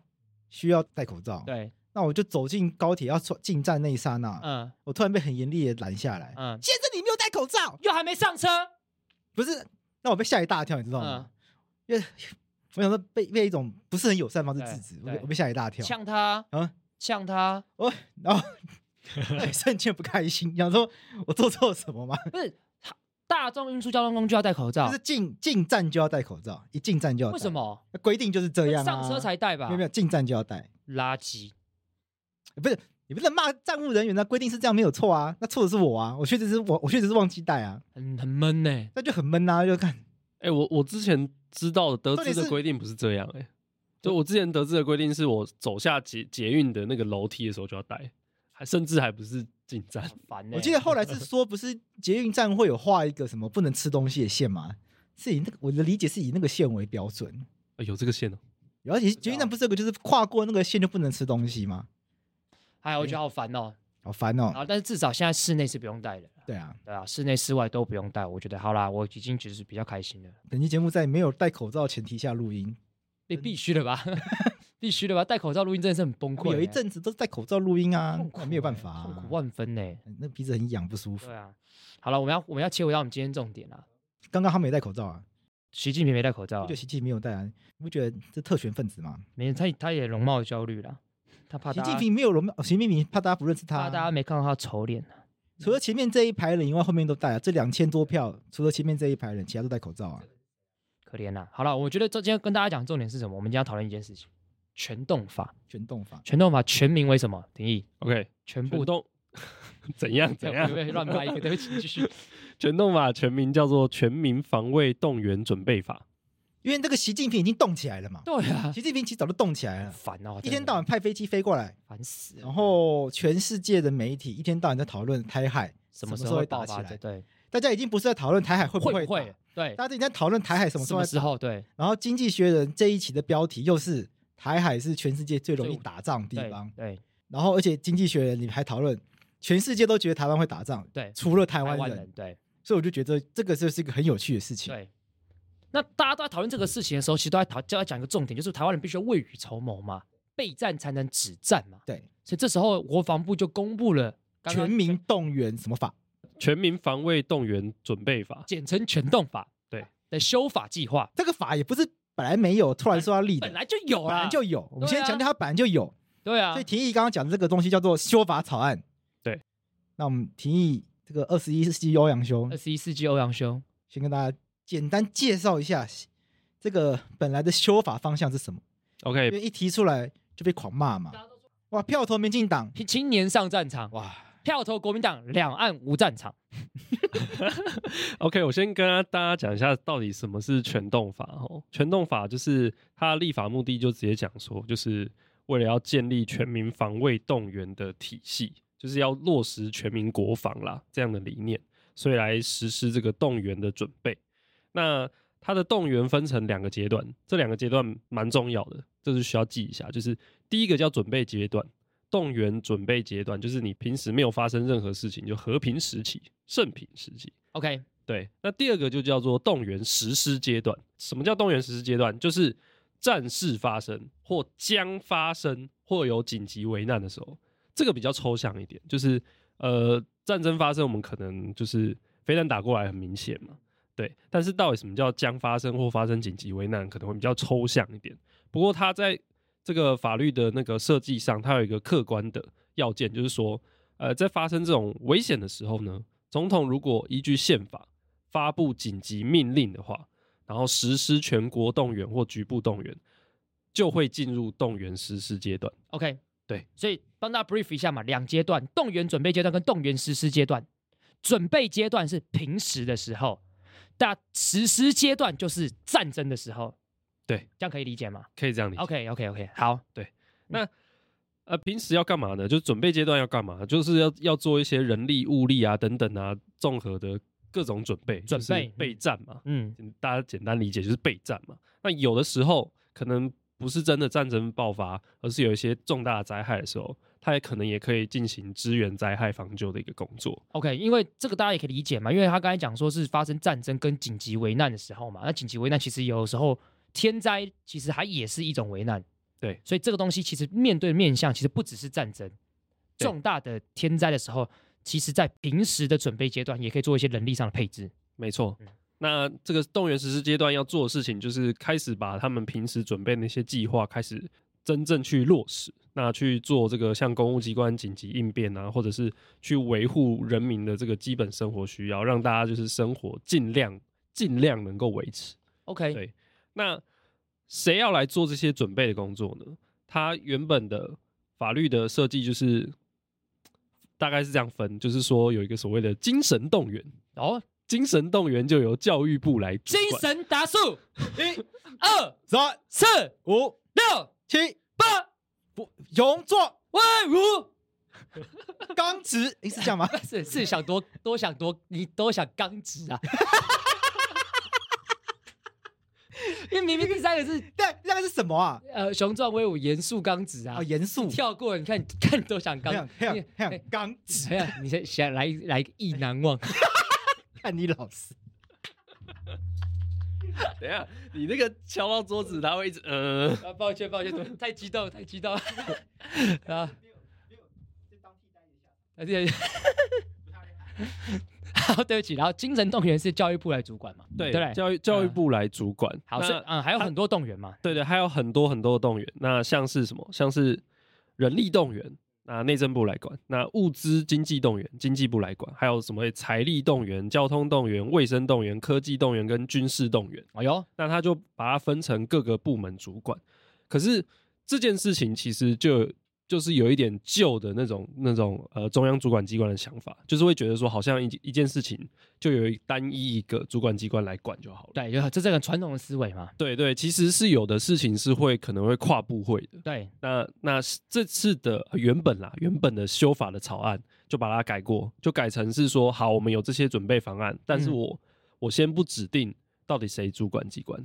[SPEAKER 2] 需要戴口罩，
[SPEAKER 3] 对，
[SPEAKER 2] 那我就走进高铁要出进站那一刹那，
[SPEAKER 3] 嗯
[SPEAKER 2] 我突然被很严厉的拦下来。
[SPEAKER 3] 嗯，
[SPEAKER 2] 先生，你没有戴口罩，
[SPEAKER 3] 又还没上车，
[SPEAKER 2] 不是？那我被吓一大跳，你知道
[SPEAKER 3] 嗯
[SPEAKER 2] 吗？因为我想说被被一种不是很友善的方式制止，我
[SPEAKER 3] 对
[SPEAKER 2] 被
[SPEAKER 3] 对
[SPEAKER 2] 我被吓一大跳。
[SPEAKER 3] 呛他
[SPEAKER 2] 啊，
[SPEAKER 3] 呛他，
[SPEAKER 2] 我然后 *laughs* 对瞬间不开心，想说我做错了什么吗？
[SPEAKER 3] 不是他大众运输交通工具要戴口罩
[SPEAKER 2] 就，是进进站就要戴口罩，一进站就要戴。
[SPEAKER 3] 为什么？
[SPEAKER 2] 规定就是这样、啊？
[SPEAKER 3] 上车才戴吧
[SPEAKER 2] 没有？没有，进站就要戴。
[SPEAKER 3] 垃圾，
[SPEAKER 2] 不是你不能骂站务人员，那规定是这样没有错啊，那错的是我啊，我确实是我我确实是忘记带啊，
[SPEAKER 3] 很很闷呢。
[SPEAKER 2] 那就很闷啊，就看
[SPEAKER 4] 哎、我我之前知道的得
[SPEAKER 2] 重
[SPEAKER 4] 知
[SPEAKER 2] 点
[SPEAKER 4] 的
[SPEAKER 2] 是
[SPEAKER 4] 规定不是这样、哎，就我之前得知的规定是我走下捷捷运的那个楼梯的时候就要戴，还甚至还不是进站。
[SPEAKER 2] 哦
[SPEAKER 3] 很烦呢。
[SPEAKER 2] *laughs* 我记得后来是说，不是捷运站会有画一个什么不能吃东西的线吗？是以那个我的理解是以那个线为标准，
[SPEAKER 4] 哎有这个线哦、
[SPEAKER 2] 而且捷运站不是有个就是跨过那个线就不能吃东西吗？
[SPEAKER 3] *laughs* 哎，我觉得好烦哦。
[SPEAKER 2] 好烦哦、
[SPEAKER 3] 啊，但是至少现在室内是不用戴的，
[SPEAKER 2] 对啊，
[SPEAKER 3] 对啊，室内室外都不用戴。我觉得好啦，我已经就是比较开心了。
[SPEAKER 2] 本期节目在没有戴口罩的前提下录音，
[SPEAKER 3] 你必须的吧？ *laughs* 必须的吧？戴口罩录音真的是很崩
[SPEAKER 2] 我
[SPEAKER 3] 溃
[SPEAKER 2] 们
[SPEAKER 3] 欸。
[SPEAKER 2] 有一阵子都是戴口罩录音啊
[SPEAKER 3] 痛，苦欸
[SPEAKER 2] 没有办法、啊
[SPEAKER 3] 痛苦，万分呢。
[SPEAKER 2] 那鼻子很痒不舒服
[SPEAKER 3] 对。啊，好了，我们要我们要切回到我们今天重点啦。
[SPEAKER 2] 刚刚他们也戴口罩啊，
[SPEAKER 3] 习近平没戴口罩啊、
[SPEAKER 2] 对，习近平没有戴啊，你不觉得这特权分子吗？
[SPEAKER 3] 没他他也容貌焦虑啦，他怕
[SPEAKER 2] 习
[SPEAKER 3] 大家
[SPEAKER 2] 近平没有容貌，哦习近平怕大家不认识
[SPEAKER 3] 怕
[SPEAKER 2] 他。
[SPEAKER 3] 大家没看到他丑脸啊、
[SPEAKER 2] 除了前面这一排人以外，后面都戴啊。这两千多票，除了前面这一排人，其他都戴口罩啊。
[SPEAKER 3] 可怜啦、好了，我觉得这今天跟大家讲重点是什么？我们今天要讨论一件事情：全动法。
[SPEAKER 2] 全动法，
[SPEAKER 3] 全动法全名为什么？定义
[SPEAKER 4] OK，
[SPEAKER 3] 全部
[SPEAKER 4] 全动怎
[SPEAKER 3] *laughs*
[SPEAKER 4] 样怎样
[SPEAKER 3] 对？对对乱掰一个，对不起，继
[SPEAKER 2] *laughs*
[SPEAKER 3] 续。
[SPEAKER 4] 全动法全名叫做《全民防卫动员准备法
[SPEAKER 2] 因为这个习近平已经动起来了嘛。
[SPEAKER 3] 对啊，
[SPEAKER 2] 习近平其实早就动起来了，
[SPEAKER 3] 烦哦，
[SPEAKER 2] 一天到
[SPEAKER 3] 晚
[SPEAKER 2] 晚哦派飞机飞过来，
[SPEAKER 3] 烦死了。
[SPEAKER 2] 然后全世界的媒体一天到晚在讨论台海
[SPEAKER 3] 什
[SPEAKER 2] 么
[SPEAKER 3] 么
[SPEAKER 2] 时
[SPEAKER 3] 时
[SPEAKER 2] 候
[SPEAKER 3] 候
[SPEAKER 2] 会
[SPEAKER 3] 会
[SPEAKER 2] 打
[SPEAKER 3] 爆
[SPEAKER 2] 起
[SPEAKER 3] 发
[SPEAKER 2] 来
[SPEAKER 3] 的？，对，
[SPEAKER 2] 大家已经不是在讨论台海会不
[SPEAKER 3] 会
[SPEAKER 2] 会
[SPEAKER 3] 不
[SPEAKER 2] 打
[SPEAKER 3] 会？对，
[SPEAKER 2] 大家已经在讨论台海什么时
[SPEAKER 3] 什
[SPEAKER 2] 候
[SPEAKER 3] 么
[SPEAKER 2] 会
[SPEAKER 3] 时
[SPEAKER 2] 打。
[SPEAKER 3] 候？对
[SPEAKER 2] 然后《经济学人》这一期的标题又是台海是全世界最容易
[SPEAKER 3] 最
[SPEAKER 2] 打仗的地
[SPEAKER 3] 对
[SPEAKER 2] 方，
[SPEAKER 3] 对
[SPEAKER 2] 然后而且《经济学人》你还讨论，全世界都觉得台湾会打仗，
[SPEAKER 3] 对，
[SPEAKER 2] 除了台
[SPEAKER 3] 台
[SPEAKER 2] 湾
[SPEAKER 3] 湾
[SPEAKER 2] 人，
[SPEAKER 3] 人对。
[SPEAKER 2] 所以我就觉得这个就是一个很有趣的事情。
[SPEAKER 3] 对。那大家都在讨论这个事情的时候，其实都在讨就在讲一个重点，就是台湾人必须要未雨绸缪嘛。备战才能止战嘛。
[SPEAKER 2] 对，
[SPEAKER 3] 所以这时候国防部就公布了刚刚
[SPEAKER 2] 全民动员什么法？
[SPEAKER 4] 全民防卫动员准备法，
[SPEAKER 3] 简称全动法
[SPEAKER 4] 对
[SPEAKER 3] 的修法计划，
[SPEAKER 2] 这个法也不是本来没有，突然说要立的，
[SPEAKER 3] 本来就有
[SPEAKER 2] 哦本
[SPEAKER 3] 啦，
[SPEAKER 2] 来就有。我们
[SPEAKER 3] 对啊
[SPEAKER 2] 先强调它本来就有。
[SPEAKER 3] 对啊
[SPEAKER 2] 所以，廷义刚刚讲的这个东西叫做修法草案。
[SPEAKER 4] 对，
[SPEAKER 2] 那我们廷义这个二十一世纪欧阳修
[SPEAKER 3] 二，十一世纪欧阳修，
[SPEAKER 2] 先跟大家简单介绍一下这个本来的修法方向是什么，因
[SPEAKER 4] OK，
[SPEAKER 2] 为一提出来就被狂骂嘛。哇，票投民进
[SPEAKER 3] *laughs*
[SPEAKER 2] 党，
[SPEAKER 3] 青年上战场，哇，票投国民党，两岸无战场。
[SPEAKER 4] OK，我先跟大家讲一下到底什么是全动法哦。全动法就是它的立法目的就直接讲说，就是为了要建立全民防卫动员的体系，就是要落实全民国防啦这样的理念，所以来实施这个动员的准备。那它的动员分成两个阶段，这两个阶段蛮重要的，这是需要记一下。就是第一个叫准备阶段，动员准备阶段就是你平时没有发生任何事情，就和平时期、盛平时期。
[SPEAKER 3] OK，
[SPEAKER 4] 对，那第二个就叫做动员实施阶段。什么叫动员实施阶段？就是战事发生或将发生或有紧急危难的时候，这个比较抽象一点。就是呃，战争发生，我们可能就是飞弹打过来很明显嘛，对。但是到底什么叫将发生或发生紧急危难，可能会比较抽象一点。不过它在这个法律的那个设计上，它有一个客观的要件，就是说，呃，在发生这种危险的时候呢，总统如果依据宪法发布紧急命令的话，然后实施全国动员或局部动员，就会进入动员实施阶段。
[SPEAKER 3] OK，
[SPEAKER 4] 对，
[SPEAKER 3] 所以帮大家 brief 一下嘛，两阶段：动员准备阶段跟动员实施阶段。准备阶段是平时的时候，那实施阶段就是战争的时候。
[SPEAKER 4] 对，
[SPEAKER 3] 这样可以理解吗
[SPEAKER 4] 可以这样理解。
[SPEAKER 3] ？OK OK OK，好，
[SPEAKER 4] 那呃，平时要干嘛呢？就是准备阶段要干嘛？就是要要做一些人力、物力啊等等啊，综合的各种准备，
[SPEAKER 3] 准备
[SPEAKER 4] 就是备战嘛。
[SPEAKER 3] 嗯，
[SPEAKER 4] 简大家简单理解就是备战嘛。那有的时候可能不是真的战争爆发，而是有一些重大的灾害的时候，它也可能也可以进行支援灾害防救的一个工作。
[SPEAKER 3] OK，因为这个大家也可以理解嘛，因为他刚才讲说是发生战争跟紧急危难的时候嘛，那紧急危难其实有时候天灾其实它也是一种危难，
[SPEAKER 4] 对
[SPEAKER 3] 所以这个东西其实面对面向其实不只是战争，
[SPEAKER 4] 对
[SPEAKER 3] 重大的天灾的时候，其实在平时的准备阶段也可以做一些人力上的配置。
[SPEAKER 4] 没错
[SPEAKER 3] 嗯。
[SPEAKER 4] 那这个动员实施阶段要做的事情，就是开始把他们平时准备的那些计划开始真正去落实，那去做这个像公务机关紧急应变啊，或者是去维护人民的这个基本生活需要，让大家就是生活尽量尽量能够维持。
[SPEAKER 3] OK，
[SPEAKER 4] 对那谁要来做这些准备的工作呢？它原本的法律的设计就是大概是这样分，就是说有一个所谓的精神动员，
[SPEAKER 3] 哦，
[SPEAKER 4] 精神动员就由教育部来主
[SPEAKER 3] 精
[SPEAKER 4] 管。
[SPEAKER 3] 神达数一、二、
[SPEAKER 2] 三
[SPEAKER 3] 四、
[SPEAKER 2] 五
[SPEAKER 3] 六、
[SPEAKER 2] 七，
[SPEAKER 3] 八、
[SPEAKER 2] 勇壮
[SPEAKER 3] 万五。
[SPEAKER 2] 刚直，
[SPEAKER 3] *laughs*
[SPEAKER 2] 诶是这样吗？
[SPEAKER 3] 是是想多多想多，你多想刚直啊。 *laughs* 因为明明第三个是
[SPEAKER 2] 但那个是什么啊？
[SPEAKER 3] 呃雄壮威武、严肃刚直啊
[SPEAKER 2] 哦，，严肃，
[SPEAKER 3] 跳过你看你看你多想
[SPEAKER 2] 嘿呀
[SPEAKER 3] 刚，
[SPEAKER 2] 嘿
[SPEAKER 3] 你
[SPEAKER 2] 呀嘿呀
[SPEAKER 3] 哎
[SPEAKER 2] 刚直，
[SPEAKER 3] 哎呀，你先想来来个意难忘，
[SPEAKER 2] 看你老师。
[SPEAKER 4] 等一下，你那个敲到桌子，他会一直呃，
[SPEAKER 3] *laughs* 啊，抱歉抱歉，太激动太激 *laughs* 动啊！而且， *laughs* 好，对不起，然后精神动员是教育部来主管嘛？
[SPEAKER 4] 对，
[SPEAKER 3] 对不对，
[SPEAKER 4] 教育教育
[SPEAKER 3] 嗯
[SPEAKER 4] 部来主管。
[SPEAKER 3] 好，
[SPEAKER 4] 那
[SPEAKER 3] 所以嗯，还有很多动员嘛，
[SPEAKER 4] 对对，还有很多很多的动员。那像是什么？像是人力动员，那内政部来管；那物资经济动员，经济部来管；还有什么财力动员、交通动员、卫生动员、科技动员跟军事动员。
[SPEAKER 3] 哎呦，
[SPEAKER 4] 那他就把它分成各个部门主管。可是这件事情其实就就是有一点旧的那种那种呃中央主管机关的想法，就是会觉得说好像一一件事情就有一单一一个主管机关来管就好了。
[SPEAKER 3] 对，就这是很传统的思维嘛，
[SPEAKER 4] 对对，其实是有的事情是会可能会跨部会的。
[SPEAKER 3] 对，
[SPEAKER 4] 那那是这次的呃原本啦，原本的修法的草案就把它改过，就改成是说，好，我们有这些准备方案，但是
[SPEAKER 3] 嗯
[SPEAKER 4] 我、我先不指定到底谁主管机关，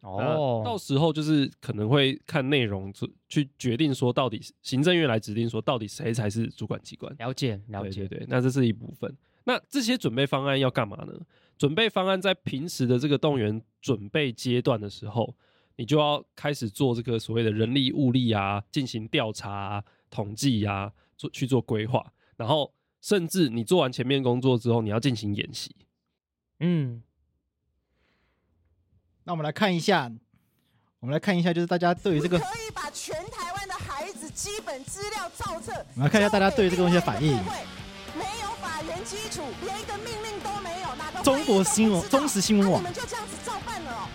[SPEAKER 3] 哦
[SPEAKER 4] 哦，，到时候就是可能会看内容去去决定说到底行政院来指定说到底谁才是主管机关。
[SPEAKER 3] 了解了解，
[SPEAKER 4] 对对对，那这是一部分。那这些准备方案要干嘛呢？准备方案在平时的这个动员准备阶段的时候，你就要开始做这个所谓的人力物力啊，进行调查、啊、统计啊，做去做规划，然后甚至你做完前面工作之后，你要进行演习。
[SPEAKER 3] 嗯，
[SPEAKER 2] 那我们来看一下，我们来看一下，就是大家对于这个，
[SPEAKER 5] 可以把全台湾的孩子基本资料造册，
[SPEAKER 2] 我们来看一下大家对于这个东西的反应
[SPEAKER 5] 交给议会。没有法源基础，连一个命令都没有，哪个啊
[SPEAKER 2] 中国新闻中时新闻网
[SPEAKER 5] 那你们就这样子照办了、哦，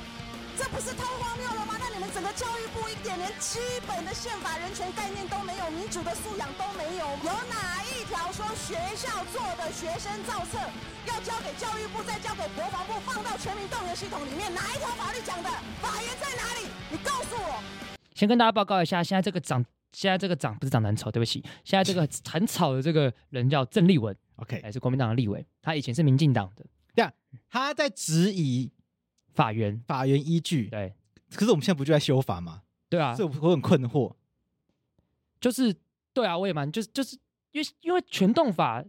[SPEAKER 5] 这不是太荒谬了吗？那你们整个教育部一点连基本的宪法人权概念都没有，民主的素养都没有，有哪一条说学校做的学生造册要交给教育部，再交给国防部，放到全民动员系统里面？哪一条法律讲的？法源在哪里？你告诉我。
[SPEAKER 3] 先跟大家报告一下，现在这个长，现在这个长不是长得很丑，对不起，现在这个 *laughs* 很吵的这个人叫郑立文，
[SPEAKER 2] OK，
[SPEAKER 3] 哎，是国民党的立委，他以前是民进党的
[SPEAKER 2] 他在质疑
[SPEAKER 3] 法源，
[SPEAKER 2] 法源依据，
[SPEAKER 3] 对
[SPEAKER 2] 可是我们现在不就在修法吗？
[SPEAKER 3] 对啊
[SPEAKER 2] 所，以我很困惑。
[SPEAKER 3] 就是对啊，我也蛮就是就是因为因为全动法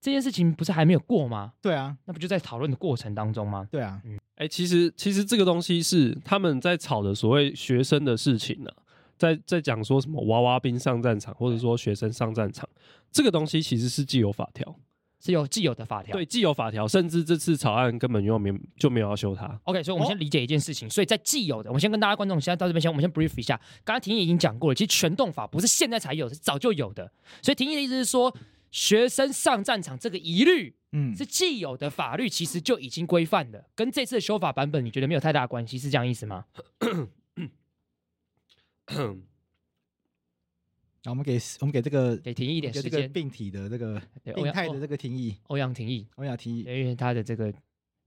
[SPEAKER 3] 这件事情不是还没有过吗？
[SPEAKER 2] 对啊，
[SPEAKER 3] 那不就在讨论的过程当中吗？
[SPEAKER 2] 对啊，
[SPEAKER 4] 哎、其实其实这个东西是他们在吵的所谓学生的事情呢、在在讲说什么娃娃兵上战场，或者说学生上战场，这个东西其实是既有法条，
[SPEAKER 3] 是有既有的法条。
[SPEAKER 4] 对既有法条，甚至这次草案根本就没就没有要修它。
[SPEAKER 3] OK，所以我们
[SPEAKER 2] 哦
[SPEAKER 3] 先理解一件事情，所以在既有的，我们先跟大家观众现在到这边先，我们先 brief 一下。刚刚婷宜已经讲过了，其实全动法不是现在才有，是早就有的。所以婷宜的意思是说，学生上战场这个疑虑
[SPEAKER 2] 嗯，
[SPEAKER 3] 是既有的法律其实就已经规范的，跟这次的修法版本你觉得没有太大的关系，是这样意思吗？
[SPEAKER 2] 那我们给我们给这个
[SPEAKER 3] 给婷宜一
[SPEAKER 2] 给
[SPEAKER 3] 点时
[SPEAKER 2] 这个
[SPEAKER 3] 间，
[SPEAKER 2] 病体的这个
[SPEAKER 3] 对欧
[SPEAKER 2] 病
[SPEAKER 3] 阳
[SPEAKER 2] 态
[SPEAKER 3] 欧
[SPEAKER 2] 的这个庭议，
[SPEAKER 3] 欧阳婷宜，
[SPEAKER 2] 欧阳庭
[SPEAKER 3] 因
[SPEAKER 2] 议，
[SPEAKER 3] 为他的这个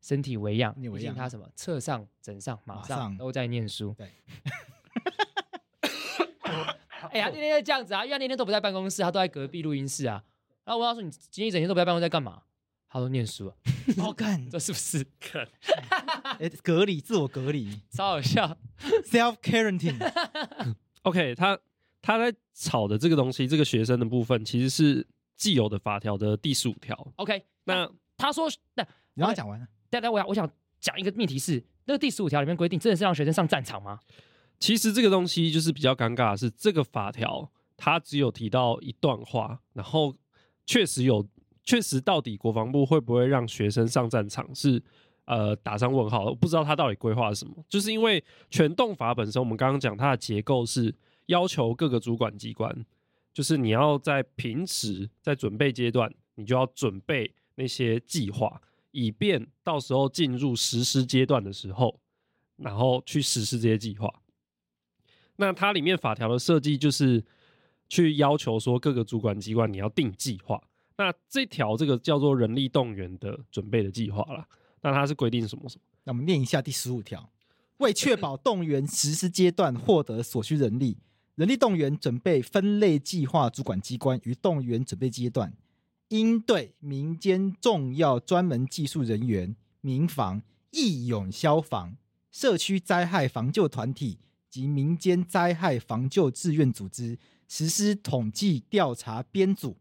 [SPEAKER 3] 身体为恙，
[SPEAKER 2] 身体为
[SPEAKER 3] 毕竟
[SPEAKER 2] 恙
[SPEAKER 3] 他什么侧上、枕上、马
[SPEAKER 2] 马
[SPEAKER 3] 上
[SPEAKER 2] 上
[SPEAKER 3] 都在念书。
[SPEAKER 2] 对。
[SPEAKER 3] 哎呀，他天天就这样子啊，因为他天天都不在办公室，他都在隔壁录音室啊。然后我问他说：“你今天一整天都不在办公室在干嘛？”他说：“念书、啊。
[SPEAKER 2] 好哦干”
[SPEAKER 3] 这是不是
[SPEAKER 2] 哎，隔离自我
[SPEAKER 3] *laughs*
[SPEAKER 2] 隔离
[SPEAKER 3] 超好笑？
[SPEAKER 2] ，self quarantine，
[SPEAKER 4] OK，他他在吵的这个东西，这个学生的部分其实是既有的法条的第十五条。
[SPEAKER 3] OK，
[SPEAKER 4] 那
[SPEAKER 3] 他说：“那
[SPEAKER 2] 你要讲完了，
[SPEAKER 3] 大家，我想我想讲一个命题是，那个第十五条里面规定，真的是让学生上战场吗？
[SPEAKER 4] 其实这个东西就是比较尴尬的是，这个法条它只有提到一段话，然后确实有，确实到底国防部会不会让学生上战场是呃打上问号，不知道他到底规划了什么。就是因为全动法本身，我们刚刚讲它的结构是要求各个主管机关，就是你要在平时在准备阶段，你就要准备那些计划，以便到时候进入实施阶段的时候，然后去实施这些计划。那它里面法条的设计就是去要求说各个主管机关你要定计划。那这条这个叫做人力动员的准备的计划啦。那它是规定什么什么？
[SPEAKER 2] 那我们念一下第十五条，为确保动员实施阶段获得所需人力，人力动员准备分类计划主管机关于动员准备阶段，应对民间重要专门技术人员、民防、义勇消防、社区灾害防救团体及民间灾害防救志愿组织实施统计调查编组，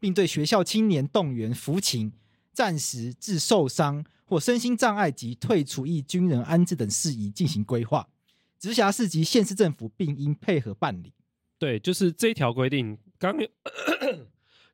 [SPEAKER 2] 并对学校青年动员服勤、战时致受伤或身心障碍及退除役军人安置等事宜进行规划。直辖市及县市政府并应配合办理。
[SPEAKER 4] 对，就是这条规定。刚刚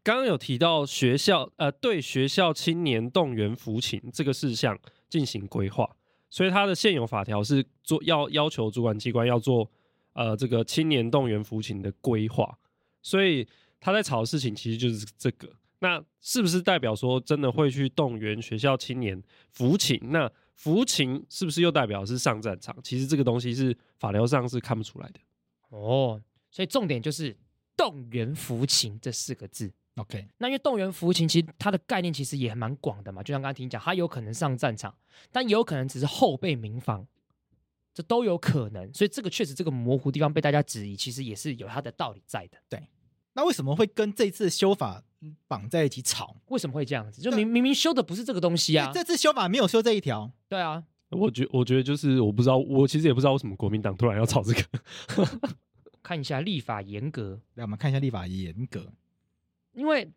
[SPEAKER 4] 刚有提到学校呃对学校青年动员服勤这个事项进行规划，所以它的现有法条是做要要求主管机关要做呃这个青年动员服勤的规划，所以他在吵的事情其实就是这个。那是不是代表说真的会去动员学校青年服勤？那服勤是不是又代表是上战场？其实这个东西是法条上是看不出来的。
[SPEAKER 3] 哦，所以重点就是动员服勤这四个字。
[SPEAKER 2] OK，
[SPEAKER 3] 那因为动员服务情，其实它的概念其实也蛮广的嘛，就像刚才婷讲，它有可能上战场，但也有可能只是后备民防，这都有可能。所以这个确实这个模糊地方被大家质疑，其实也是有它的道理在的。
[SPEAKER 2] 那为什么会跟这次的修法绑在一起吵？
[SPEAKER 3] 为什么会这样子？就明明明修的不是这个东西
[SPEAKER 2] 啊因
[SPEAKER 3] 啊
[SPEAKER 2] 为，这次修法没有修这一条，
[SPEAKER 3] 对啊，
[SPEAKER 4] 我觉我觉得就是我不知道，我其实也不知道为什么国民党突然要炒这个。
[SPEAKER 3] 看一下立法严格，
[SPEAKER 2] 来我们看一下立法严格。
[SPEAKER 3] 因为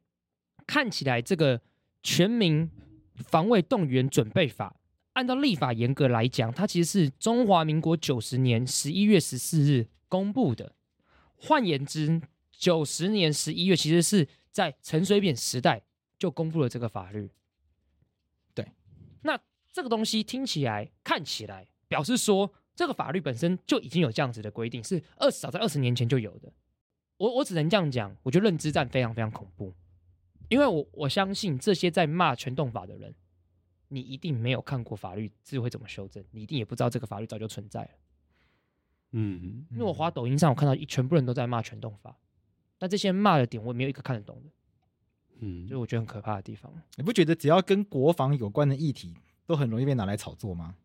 [SPEAKER 3] 看起来这个《全民防卫动员准备法》按照立法严格来讲，它其实是中华民国九十年十一月十四日公布的。换言之，九十年十一月其实是在陈水扁时代就公布了这个法律。
[SPEAKER 2] 对，
[SPEAKER 3] 那这个东西听起来、看起来，表示说这个法律本身就已经有这样子的规定，是二早在二十年前就有的。我我只能这样讲，我觉得认知战非常非常恐怖，因为我我相信这些在骂全动法的人，你一定没有看过法律智慧怎么修正，你一定也不知道这个法律早就存在了。
[SPEAKER 4] 嗯，
[SPEAKER 3] 因为我滑抖音上，我看到一全部人都在骂全动法，但这些人骂的点我也没有一个看得懂的，
[SPEAKER 4] 嗯
[SPEAKER 3] 就是我觉得很可怕的地方。
[SPEAKER 2] 你不觉得只要跟国防有关的议题，都很容易被拿来炒作吗？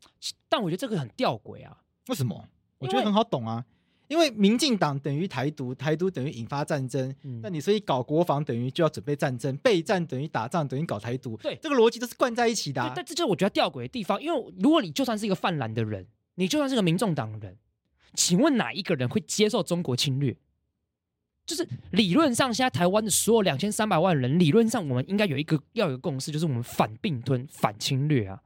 [SPEAKER 3] 但我觉得这个很吊诡啊，
[SPEAKER 2] 为什么？我
[SPEAKER 3] 因
[SPEAKER 2] 觉得
[SPEAKER 3] 为
[SPEAKER 2] 很好懂啊，因为民进党等于台独，台独等于引发战争，
[SPEAKER 3] 嗯
[SPEAKER 2] 那你所以搞国防等于就要准备战争，备战等于打仗等于搞台独，
[SPEAKER 3] 对
[SPEAKER 2] 这个逻辑都是灌在一起的、
[SPEAKER 3] 对
[SPEAKER 2] 啊，。
[SPEAKER 3] 但这就是我觉得吊诡的地方，因为如果你就算是一个泛蓝的人，你就算是个民众党人，请问哪一个人会接受中国侵略？就是理论上，现在台湾的所有两千三百万人，理论上我们应该有一个要有一个共识，就是我们反并吞、反侵略啊。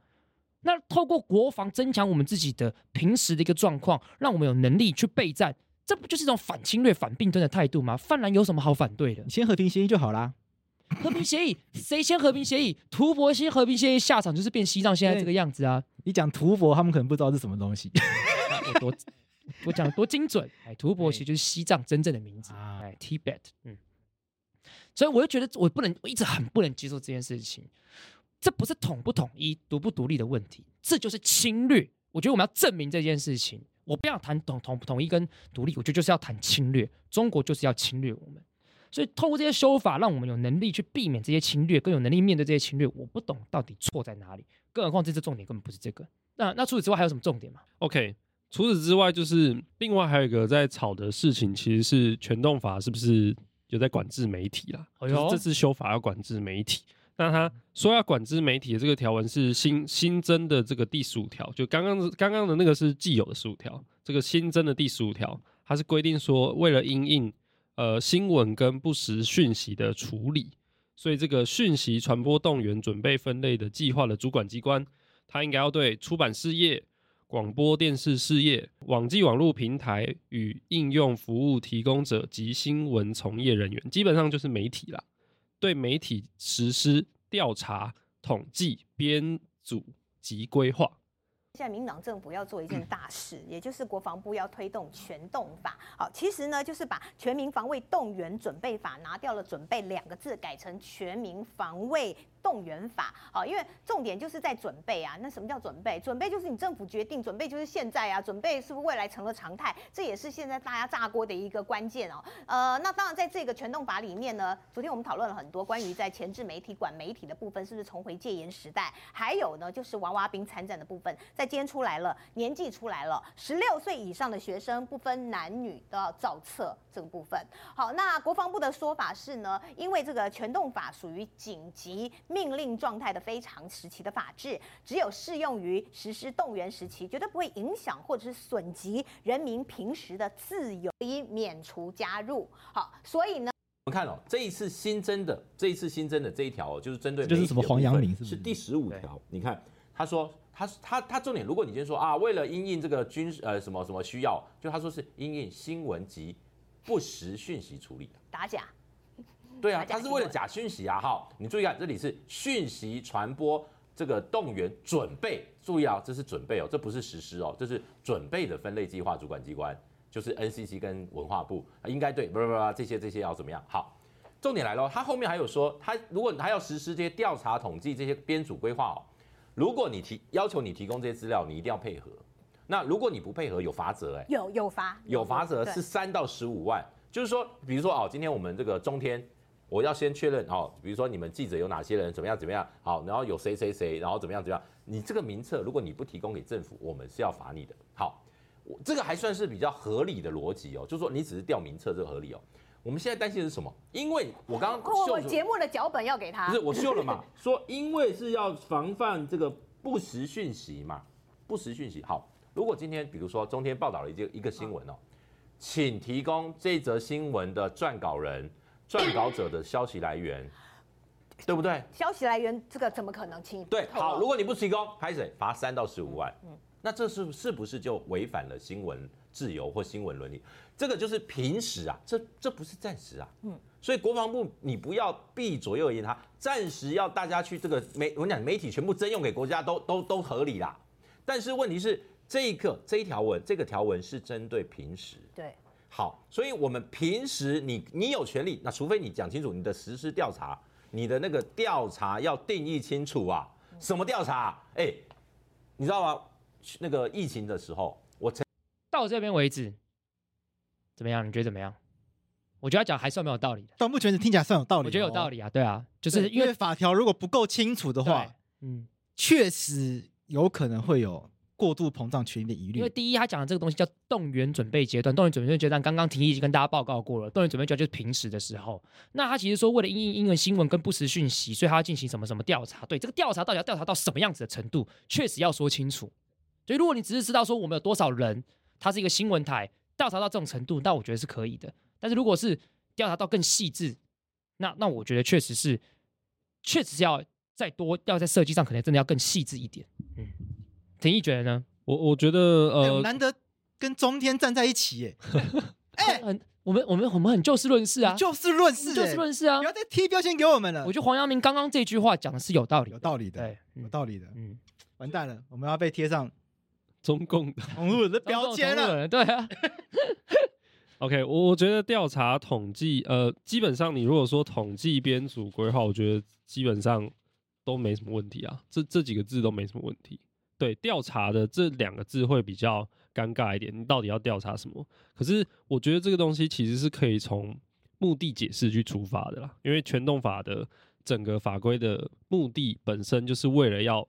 [SPEAKER 3] 那透过国防增强我们自己的平时的一个状况，让我们有能力去备战，这不就是一种反侵略、反并吞的态度吗？泛蓝有什么好反对的
[SPEAKER 2] 你？签和平协议就好啦。
[SPEAKER 3] 和平协议谁签和平协议？图博签和平协议下场就是变西藏现在这个样子啊！
[SPEAKER 2] 你讲图佛，他们可能不知道是什么
[SPEAKER 3] *laughs*
[SPEAKER 2] 东西。
[SPEAKER 3] 啊我多我讲得多精准。哎，吐蕃其实就是西藏真正的名字，
[SPEAKER 2] *laughs* 啊
[SPEAKER 3] 哎，Tibet，嗯。所以我就觉得我不能，我一直很不能接受这件事情。这不是统不统一、独不独立的问题，这就是侵略。我觉得我们要证明这件事情。我不要谈统统统一跟独立，我觉得就是要谈侵略。中国就是要侵略我们，所以透过这些修法，让我们有能力去避免这些侵略，更有能力面对这些侵略。我不懂到底错在哪里，更何况这次重点根本不是这个。那那除此之外还有什么重点吗？
[SPEAKER 4] OK，除此之外，就是另外还有一个在吵的事情，其实是全动法是不是有在管制媒体啦？
[SPEAKER 3] 哎
[SPEAKER 4] 就
[SPEAKER 3] 呦
[SPEAKER 4] 是这次修法要管制媒体。那他说要管制媒体的这个条文是新新增的这个第十五条，就刚刚刚刚的那个是既有的十五条，这个新增的第十五条，它是规定说为了因应呃新闻跟不实讯息的处理，所以这个讯息传播动员准备分类的计划的主管机关，它应该要对出版事业、广播电视事业、网际网络平台与应用服务提供者及新闻从业人员，基本上就是媒体啦，对媒体实施调查、统计、编组及规划。
[SPEAKER 6] 现在民进党政府要做一件大事，也就是国防部要推动全动法。好，其实呢，就是把《全民防卫动员准备法》拿掉了“准备”两个字，改成《全民防卫动员法》。好，因为重点就是在准备啊。那什么叫准备？准备就是你政府决定，准备就是现在啊，准备是不是未来成了常态？这也是现在大家炸锅的一个关键哦。呃，那当然，在这个全动法里面呢，昨天我们讨论了很多关于在前置媒体管媒体的部分，是不是重回戒严时代？还有呢，就是娃娃兵参战的部分，在今天出来了，年纪出来了，十六岁以上的学生不分男女都要造册这个部分。好，那国防部的说法是呢，因为这个全动法属于紧急命令状态的非常时期的法制，只有适用于实施动员时期，绝对不会影响或者是损及人民平时的自由，可以免除加入。好，所以呢。
[SPEAKER 7] 我们看哦，这一次新增的，这一次新增的这一条、哦，就是针对
[SPEAKER 2] 这就是
[SPEAKER 7] 媒体
[SPEAKER 2] 什么
[SPEAKER 7] 的
[SPEAKER 2] 黄
[SPEAKER 7] 部
[SPEAKER 2] 阳
[SPEAKER 7] 分
[SPEAKER 2] 明是不是
[SPEAKER 7] 是第十五条。你看，他说他他他重点，如果你先说啊，为了因应这个军事呃什么什么需要，就他说是因应新闻及不实讯息处理。
[SPEAKER 6] 打假。
[SPEAKER 7] 对啊
[SPEAKER 6] 还，假
[SPEAKER 7] 他是为了假讯息啊，哈，你注意啊，这里是讯息传播这个动员准备，注意啊，这是准备哦，这不是实施哦，这是准备的分类计划主管机关，就是 NCC 跟文化部，啊应该对，不不不，这些这些要怎么样？好，重点来了哦，他后面还有说，他如果他要实施这些调查统计这些编组规划哦，如果你提要求你提供这些资料，你一定要配合，那如果你不配合，有罚则哎。
[SPEAKER 6] 有有罚，
[SPEAKER 7] 有罚则
[SPEAKER 6] 哦对
[SPEAKER 7] 是三到十五万，就是说，比如说哦，今天我们这个中天，我要先确认哦，比如说你们记者有哪些人，怎么样怎么样，好，然后有谁谁谁，然后怎么样怎么样，你这个名册如果你不提供给政府，我们是要罚你的。好，我这个还算是比较合理的逻辑哦，就是说你只是调名册这个合理哦。我们现在担心的是什么？因为我刚刚
[SPEAKER 6] 我啊
[SPEAKER 7] 秀
[SPEAKER 6] 我
[SPEAKER 7] 出
[SPEAKER 6] 节目的脚本要给他
[SPEAKER 7] 不是，我秀了嘛，说因为是要防范这个不实讯息嘛，不实讯息。好，如果今天比如说中天报道了一件一个新闻哦，请提供这则新闻的撰稿人、撰稿者的消息来源。对不对？
[SPEAKER 6] 消息来源这个怎么可能轻易
[SPEAKER 7] 对，
[SPEAKER 6] 透露
[SPEAKER 7] 好，如果你不提供，拍谁罚三到十五万。那这是是不是就违反了新闻自由或新闻伦理？这个就是平时啊，这这不是暂时啊。嗯，所以国防部你不要避左右而言他，暂时要大家去这个媒，我跟你讲媒体全部征用给国家都都都合理啦。但是问题是这一个这一条文这个条文是针对平时，
[SPEAKER 6] 对
[SPEAKER 7] 好，所以我们平时你你有权利，那除非你讲清楚你的实施调查，你的那个调查要定义清楚啊，什么调查、哎、你知道吗？去那个疫情的时候，我曾
[SPEAKER 3] 到这边为止，怎么样？你觉得怎么样？我觉得他讲还算蛮有道理的，
[SPEAKER 2] 到目前为止听起来算有道理、
[SPEAKER 3] 我觉得有道
[SPEAKER 2] 理，
[SPEAKER 3] 理啊，对啊，就
[SPEAKER 2] 就是
[SPEAKER 3] 因
[SPEAKER 2] 哦因
[SPEAKER 3] 为
[SPEAKER 2] 为法条如果不够清楚的
[SPEAKER 3] 对
[SPEAKER 2] 话，，
[SPEAKER 3] 嗯，
[SPEAKER 2] 确实有可能会有过度膨胀权益的疑
[SPEAKER 3] 因为
[SPEAKER 2] 虑。
[SPEAKER 3] 第一他讲的这个东西叫动员准备阶段，动员准备阶段刚刚庭议已经跟大家报告过了，动员准备阶段就是平时的时候，那他其实说为了因应英文新闻跟不实讯息，所以他要进行什么什么调查，对这个调查到底要调查到什么样子的程度，确实要说清楚。所以如果你只是知道说我们有多少人，他是一个新闻台，调查到这种程度，那我觉得是可以的。但是如果是调查到更细致，那那我觉得确实是，确实是要再多要在设计上可能真的要更细致一点。嗯，庭议觉得呢？
[SPEAKER 4] 我我觉得
[SPEAKER 2] 哎我
[SPEAKER 4] 呃，
[SPEAKER 2] 难得跟中天站在一起，耶，
[SPEAKER 3] 很，我们我们我们很就事论事啊，
[SPEAKER 2] 哎就事论
[SPEAKER 3] 我们
[SPEAKER 2] 事，
[SPEAKER 3] 就事论
[SPEAKER 2] 事，
[SPEAKER 3] 事啊
[SPEAKER 2] 不。要再贴标签给我们了。
[SPEAKER 3] 我觉得黄阳明刚刚这句话讲的是有道理的，
[SPEAKER 2] 有道理的，
[SPEAKER 3] 对，嗯
[SPEAKER 2] 有道理的，
[SPEAKER 3] 嗯，
[SPEAKER 2] 完蛋了，我们要被贴上
[SPEAKER 4] 中共的
[SPEAKER 2] 网络人的
[SPEAKER 3] *laughs*
[SPEAKER 2] 标
[SPEAKER 3] 中共
[SPEAKER 2] 签
[SPEAKER 3] 同路
[SPEAKER 2] 了。
[SPEAKER 3] 人，对啊，
[SPEAKER 4] OK，我我觉得调查统计，呃，基本上你如果说统计编组规划，我觉得基本上都没什么问题啊，这这几个字都没什么问题。对，调查的这两个字会比较尴尬一点，你到底要调查什么？可是我觉得这个东西其实是可以从目的解释去出发的啦，因为全动法的整个法规的目的本身就是为了要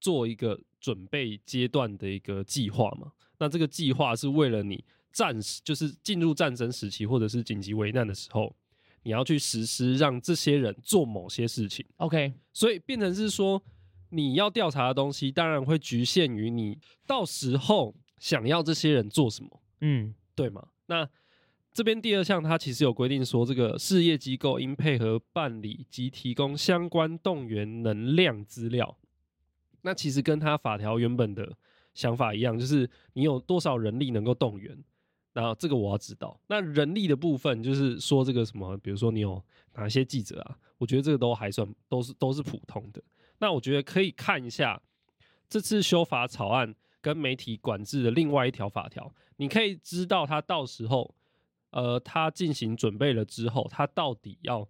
[SPEAKER 4] 做一个准备阶段的一个计划嘛。那这个计划是为了你战时，就是进入战争时期或者是紧急危难的时候，你要去实施让这些人做某些事情，
[SPEAKER 3] ，OK，
[SPEAKER 4] 所以变成是说你要调查的东西，当然会局限于你到时候想要这些人做什么。
[SPEAKER 3] 嗯，
[SPEAKER 4] 对吗？那这边第二项，它其实有规定说，这个事业机构应配合办理及提供相关动员能量资料。那其实跟它法条原本的想法一样，就是你有多少人力能够动员，然后这个我要知道。那人力的部分，就是说这个什么，比如说你有哪些记者啊，我觉得这个都还算都是都是普通的。那我觉得可以看一下这次修法草案跟媒体管制的另外一条法条，你可以知道他到时候，呃，他进行准备了之后，他到底要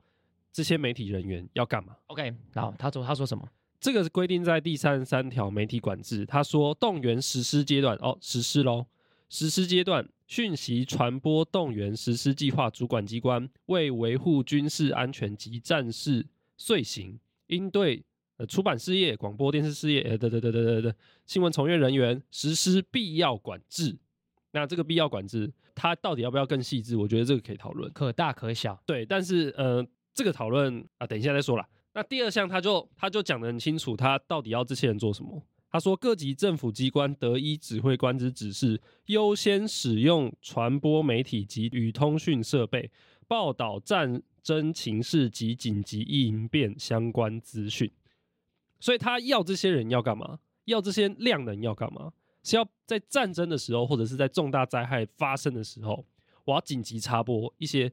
[SPEAKER 4] 这些媒体人员要干嘛？
[SPEAKER 3] OK，然后他说他说什么？
[SPEAKER 4] 这个是规定在第三十三条媒体管制，他说动员实施阶段哦，实施喽，实施阶段讯息传播动员实施计划主管机关为维护军事安全及战事遂行，应对呃出版事业、广播电视事业呃等等等等等等新闻从业人员实施必要管制。那这个必要管制，它到底要不要更细致？我觉得这个可以讨论。
[SPEAKER 3] 可大可小，
[SPEAKER 4] 对，但是呃，这个讨论啊，等一下再说啦。那第二项，他就他就讲得很清楚，他到底要这些人做什么。他说，各级政府机关得依指挥官之指示，优先使用传播媒体及与通讯设备，报道战争情势及紧急应变相关资讯。所以他要这些人要干嘛？要这些量能要干嘛？是要在战争的时候，或者是在重大灾害发生的时候，我要紧急插播一些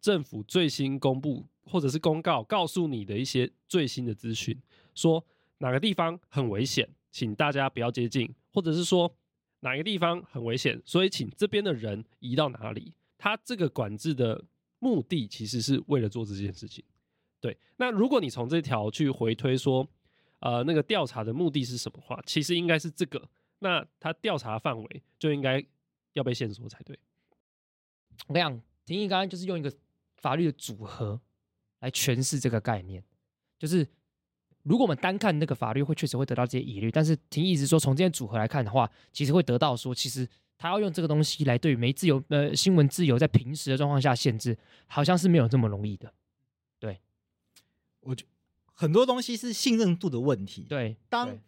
[SPEAKER 4] 政府最新公布或者是公告，告诉你的一些最新的资讯，说哪个地方很危险，请大家不要接近，或者是说哪个地方很危险，所以请这边的人移到哪里。他这个管制的目的其实是为了做这件事情。对，那如果你从这条去回推说，呃，那个调查的目的是什么话，其实应该是这个。那他调查范围就应该要被限缩才对。
[SPEAKER 3] 我跟你讲，廷义刚刚就是用一个法律的组合来诠释这个概念，就是如果我们单看那个法律，会确实会得到这些疑虑，但是廷义一直说从这些组合来看的话，其实会得到说，其实他要用这个东西来对于媒自由呃新闻自由在平时的状况下限制，好像是没有这么容易的。
[SPEAKER 2] 我觉很多东西是信任度的问题。，
[SPEAKER 3] 对，
[SPEAKER 2] 当
[SPEAKER 3] 对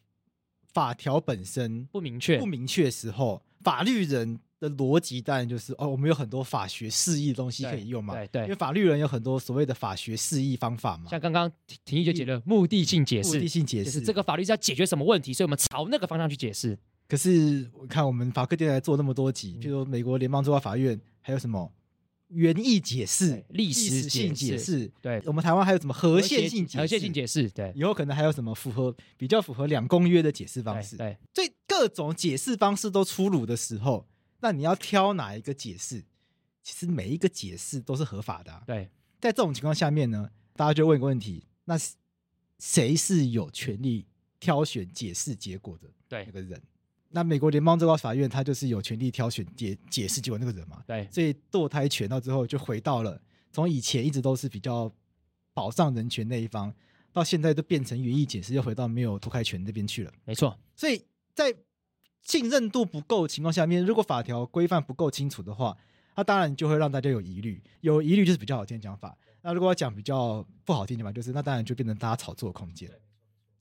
[SPEAKER 2] 法条本身
[SPEAKER 3] 不明确，
[SPEAKER 2] 不明确时候，法律人的逻辑当然就是哦，我们有很多法学释义的东西可以用嘛，
[SPEAKER 3] 对对对
[SPEAKER 2] 因为法律人有很多所谓的法学释义方法嘛，
[SPEAKER 3] 像刚刚婷婷宜就解了目的性解释，
[SPEAKER 2] 目的性解
[SPEAKER 3] 就是
[SPEAKER 2] 释
[SPEAKER 3] 这个法律是要解决什么问题，所以我们朝那个方向去解释。
[SPEAKER 2] 可是我看我们法科电台做那么多集，
[SPEAKER 3] 嗯
[SPEAKER 2] 譬如美国联邦最高法院，还有什么原意解释
[SPEAKER 3] 对、历史
[SPEAKER 2] 史性
[SPEAKER 3] 解
[SPEAKER 2] 解
[SPEAKER 3] 释
[SPEAKER 2] 释，
[SPEAKER 3] 对
[SPEAKER 2] 我们台湾还有什么和宪性解
[SPEAKER 3] 和谐性解
[SPEAKER 2] 释，
[SPEAKER 3] 释，对，
[SPEAKER 2] 以后可能还有什么符合比较符合两公约的解释
[SPEAKER 3] 对
[SPEAKER 2] 方式。
[SPEAKER 3] 对，
[SPEAKER 2] 所以各种解释方式都出炉的时候，那你要挑哪一个解释？其实每一个解释都是合法的啊、
[SPEAKER 3] 对，
[SPEAKER 2] 在这种情况下面呢，大家就问一个问题：那是谁是有权利挑选解释结果的？
[SPEAKER 3] 对
[SPEAKER 2] 那个人。那美国联邦最高法院他就是有权利挑选解解释结果那个人嘛？
[SPEAKER 3] 对，
[SPEAKER 2] 所以堕胎权到之后就回到了从以前一直都是比较保障人权那一方，到现在都变成原意解释，又回到没有堕胎权那边去了。
[SPEAKER 3] 没错，
[SPEAKER 2] 所以在信任度不够的情况下面，如果法条规范不够清楚的话，它当然就会让大家有疑虑。有疑虑就是比较好听的讲法。那如果要讲比较不好听的讲法，就是那当然就变成大家炒作的空间，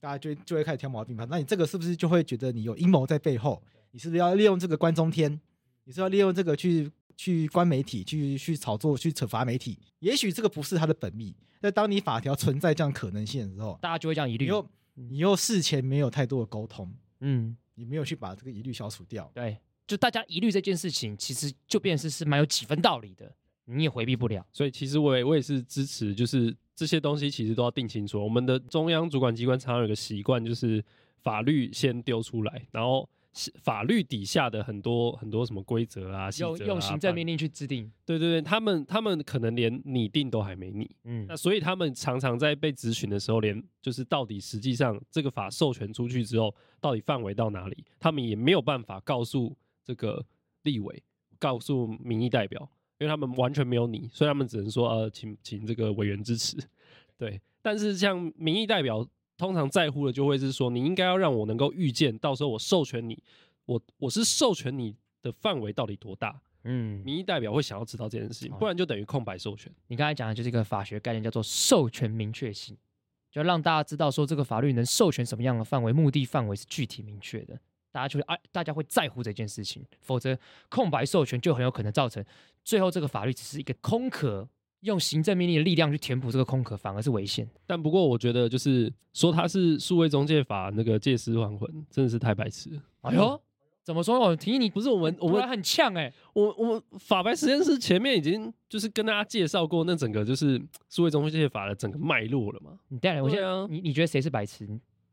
[SPEAKER 2] 大家就就会开始挑毛病吧。那你这个是不是就会觉得你有阴谋在背后？你是不是要利用这个关中天？你是要利用这个去去关媒体、去去炒作、去惩罚媒体？也许这个不是他的本意。那当你法条存在这样可能性的时候，
[SPEAKER 3] 大家就会这样疑
[SPEAKER 2] 你
[SPEAKER 3] 虑。
[SPEAKER 2] 又你又事前没有太多的沟通，
[SPEAKER 3] 嗯，
[SPEAKER 2] 你没有去把这个疑虑消除掉。
[SPEAKER 3] 对，就大家疑虑这件事情，其实就变是是蛮有几分道理的，你也回避不了。
[SPEAKER 4] 所以其实我也我也是支持，就是这些东西其实都要定清楚。我们的中央主管机关常常有个习惯，就是法律先丢出来，然后是法律底下的很多很多什么规则啊、细则啊
[SPEAKER 3] 用用行政
[SPEAKER 4] 法
[SPEAKER 3] 命令去制定，
[SPEAKER 4] 对对对，他们他们可能连拟定都还没拟，
[SPEAKER 3] 嗯
[SPEAKER 4] 那，所以他们常常在被咨询的时候，连就是到底实际上这个法授权出去之后，到底范围到哪里，他们也没有办法告诉这个立委，告诉民意代表，因为他们完全没有你，所以他们只能说呃，请请这个委员支持。对，但是像民意代表通常在乎的就会是说，你应该要让我能够预见，到时候我授权你，我我是授权你的范围到底多大，
[SPEAKER 3] 嗯，
[SPEAKER 4] 民意代表会想要知道这件事情，
[SPEAKER 3] 哦
[SPEAKER 4] 不然就等于空白授权。
[SPEAKER 3] 你刚才讲的就是一个法学概念，叫做授权明确性，就让大家知道说这个法律能授权什么样的范围，目的范围是具体明确的，大家就会啊，大家会在乎这件事情，否则空白授权就很有可能造成最后这个法律只是一个空壳，用行政命令的力量去填补这个空壳，反而是危险。
[SPEAKER 4] 但不过我觉得，就是说它是数位中介法那个借尸还魂，真的是太白痴了。
[SPEAKER 3] 哎
[SPEAKER 2] 嗯
[SPEAKER 3] 呦，怎么说？我哦提议你
[SPEAKER 4] 不是我们，我
[SPEAKER 3] 我们
[SPEAKER 4] 们
[SPEAKER 3] 很呛
[SPEAKER 2] 啊
[SPEAKER 3] 哎、
[SPEAKER 4] 我我们法白实验室前面已经就是跟大家介绍过那整个就是数位中介法的整个脉络了嘛。
[SPEAKER 3] 你带来，我现
[SPEAKER 4] 对
[SPEAKER 3] 在、
[SPEAKER 4] 啊
[SPEAKER 3] 你你觉得谁是白痴？